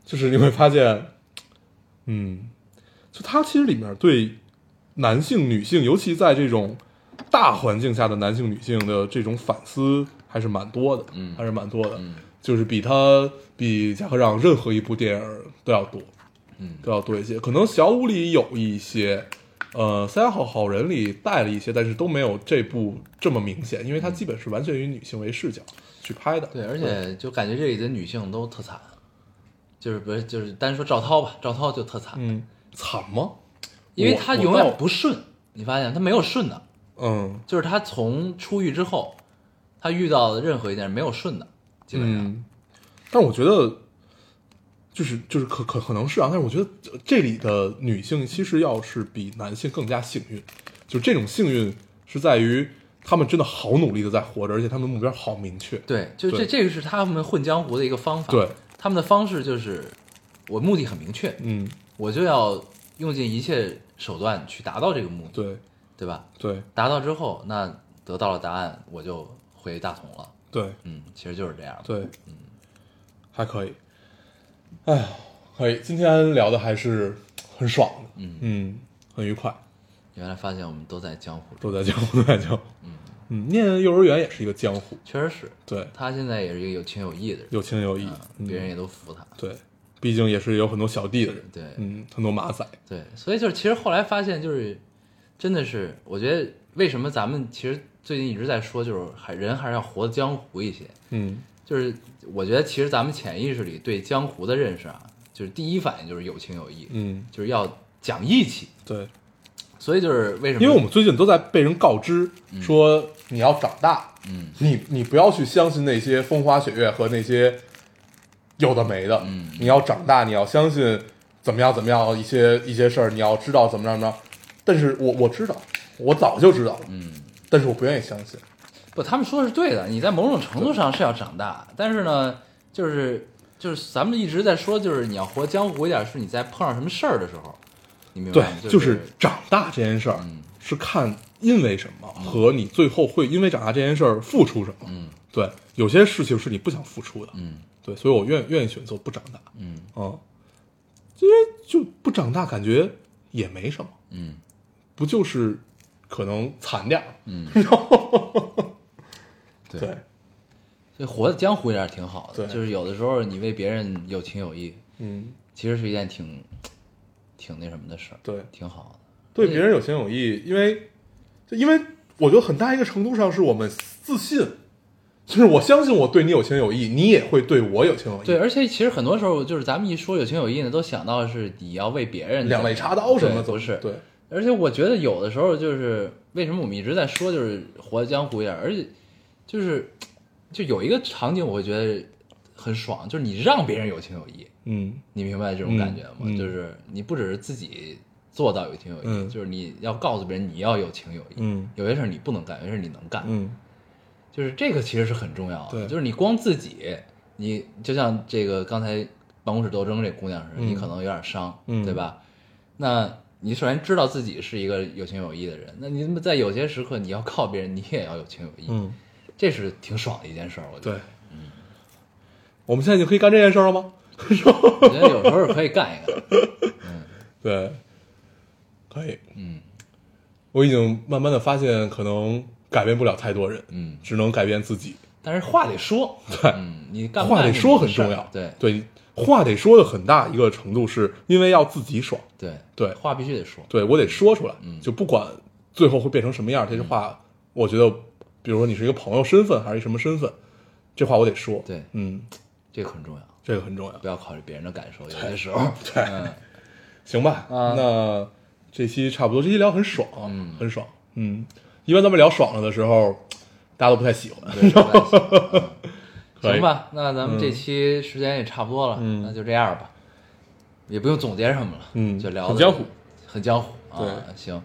就是你会发现，嗯，就他其实里面对男性、女性，尤其在这种大环境下的男性、女性的这种反思还是蛮多的，
嗯
还是蛮多的，
嗯
就是比他比贾科长任何一部电影都要多，
嗯
都要多一些。可能小五里有一些，呃，三好好人里带了一些，但是都没有这部这么明显，因为它基本是完全以女性为视角去拍的，
嗯对，而且就感觉这里的女性都特惨，就是不是就是单说赵涛吧，赵涛就特惨，
嗯，惨吗？
因为
我
她
我
永远
倒
不顺，你发现她没有顺的，
嗯。
就是她从出狱之后，她遇到的任何一件事没有顺的，基本上，
嗯，但我觉得，就是就是可可可能是啊，但是我觉得这这里的女性其实要是比男性更加幸运，就这种幸运是在于她们真的好努力的在活着，而且她们目标好明确。
对，就这
对
这个是他们混江湖的一个方法，
对，
他们的方式就是我目的很明确，
嗯，
我就要用尽一切手段去达到这个目的，
对
对吧？
对
达到之后，那得到了答案，我就回大同了。
对
嗯，其实就是这样。，
对，嗯，还可以。哎呀，可以，今天聊的还是很爽的，
嗯
嗯，很愉快，
原来发现我们都在江湖里，
都在江湖，都在江湖。嗯，念幼儿园也是一个江湖，
确实是
对，
他现在也是一个有情有义的人，
有情有义
嗯，
嗯
别人也都服他。
对，毕竟也是有很多小弟的人，
对
嗯，很多马仔，
对，所以就是其实后来发现，就是真的是，我觉得为什么咱们其实最近一直在说，就是还人还是要活江湖一些。
嗯
就是我觉得其实咱们潜意识里对江湖的认识啊，就是第一反应就是有情有义，
嗯，
就是要讲义气。
对，
所以就是为什么？
因为我们最近都在被人告知说你要长大，
嗯，
你你不要去相信那些风花雪月和那些有的没的，
嗯
你要长大，你要相信怎么样怎么样一些一些事儿，你要知道怎么样怎么样，但是我我知道，我早就知道了，
嗯，
但是我不愿意相信，
不，他们说的是对的，你在某种程度上是要长大，但是呢，就是就是咱们一直在说，就是你要活江湖一点，是你在碰上什么事儿的时候，你明白吗？
就是是长大这件事儿
嗯
是看因为什么和你最后会因为长大这件事儿付出什么，
嗯
对，有些事情是你不想付出的，
嗯
对，所以我愿愿意选择不长大，
嗯
嗯，因为就不长大感觉也没什么，
嗯
不就是可能惨点儿，
嗯，对
对，
所以活在江湖一点挺好的，
对
就是有的时候你为别人有情有义，
嗯，
其实是一件挺挺那什么的事儿，
对，
挺好的。
对别人有情有义，因为就因为我觉得很大一个程度上是我们自信，就是我相信我对你有情有义，你也会对我有情有义，
对，而且其实很多时候就是咱们一说有情有义呢，都想到是你要为别人
两肋插刀什么的
对不是？
对，
而且我觉得有的时候就是为什么我们一直在说就是活江湖一点，而且就是就有一个场景我会觉得很爽，就是你让别人有情有义，
嗯，
你明白这种感觉吗？
嗯嗯
就是你不只是自己做到有情有义，
嗯
就是你要告诉别人你要有情有义，
嗯
有些事儿你不能干，有些事儿你能干，
嗯，
就是这个其实是很重要的，
对
就是你光自己，你就像这个刚才办公室斗争这姑娘似的，
嗯
你可能有点伤，
嗯
对吧？那你首先知道自己是一个有情有义的人，那你在有些时刻你要靠别人，你也要有情有义，
嗯，
这是挺爽的一件事儿，我觉
对
得。，
我们现在就可以干这件事儿了吗？
我觉得有时候是可以干一干。
对，可以。
嗯
我已经慢慢的发现，可能改变不了太多人，
嗯
只能改变自己。
但是话得说，
对，
嗯，你干
干不
话
干
得
这
说
种
很
事儿
重要。
对
对，话得说的很大一个程度，是因为要自己爽。
对
对
话必须得说。
对我得说出来，就不管最后会变成什么样，这句话，我觉得，比如说你是一个朋友身份还是一什么身份，这话我得说。
对
嗯，
这个很重要，
这个很重要。
不要考虑别人的感受，有些时候，嗯
对，行吧，那这期差不多，这期聊很爽，
嗯
很爽，嗯，一般咱们聊爽了的时候，大家都不太 [LAUGHS] 喜欢，
对有感情嗯
可以
行吧，那咱们这期时间也差不多了，
嗯
那就这样吧，也不用总结什么了，
嗯
就聊
很
得
江湖，
很江湖啊。
对
行，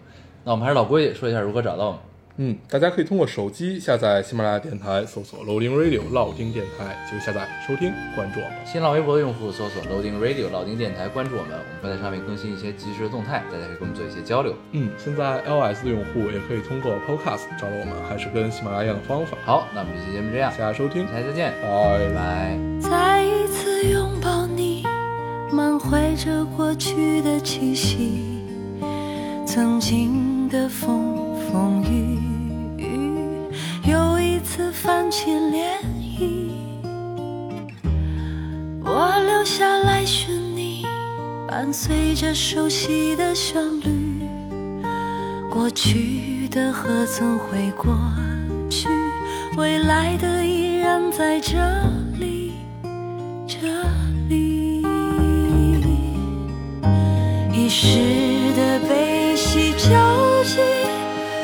那我们还是老规矩，说一下如何找到我们。
嗯，大家可以通过手机下载喜马拉雅电台，搜索 Loading Radio 老丁电台，就下载收听，关注我们。
新浪微博的用户搜索 Loading Radio 老丁电台，关注我们，我们会在上面更新一些即时的动态，大家可以跟我们做一些交流。
嗯，现在 iOS 的用户也可以通过 Podcast 找到我们，还是跟喜马拉雅一样的方法。
好，那我们这期节目这样，
谢谢大家收听，
下期再见，
拜
拜。拜。
再一次拥抱你，满怀着过去的气息，曾经的风风雨雨，又一次泛起涟漪。我留下来寻你，伴随着熟悉的旋律，过去的何曾会过去，未来的依然在这里。这里，一时的悲喜交集，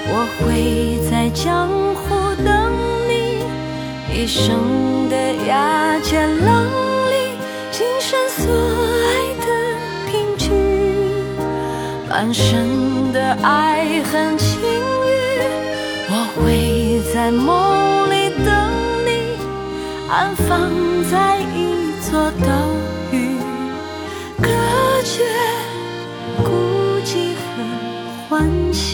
我会在江湖等你；一生的牙尖浪里，今生所爱的凭据，半生的爱恨情欲，我会在梦里等你。安放在一座岛屿，隔绝孤寂和欢喜。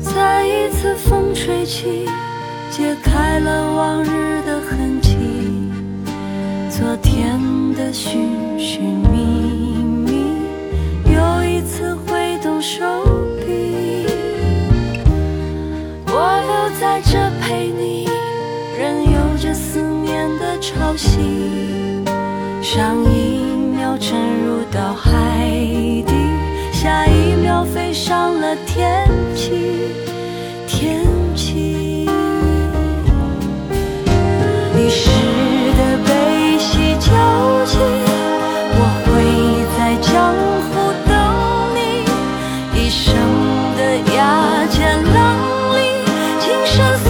再一次风吹起，揭开了往日的痕迹，昨天的寻寻觅觅，又一次挥动手臂。我留在这陪你，任由这思念的潮汐。上一秒沉入到海底，下一秒飞上了天际，天际。一时的悲喜交集，我会在江湖等你；一生的牙尖浪里，今生。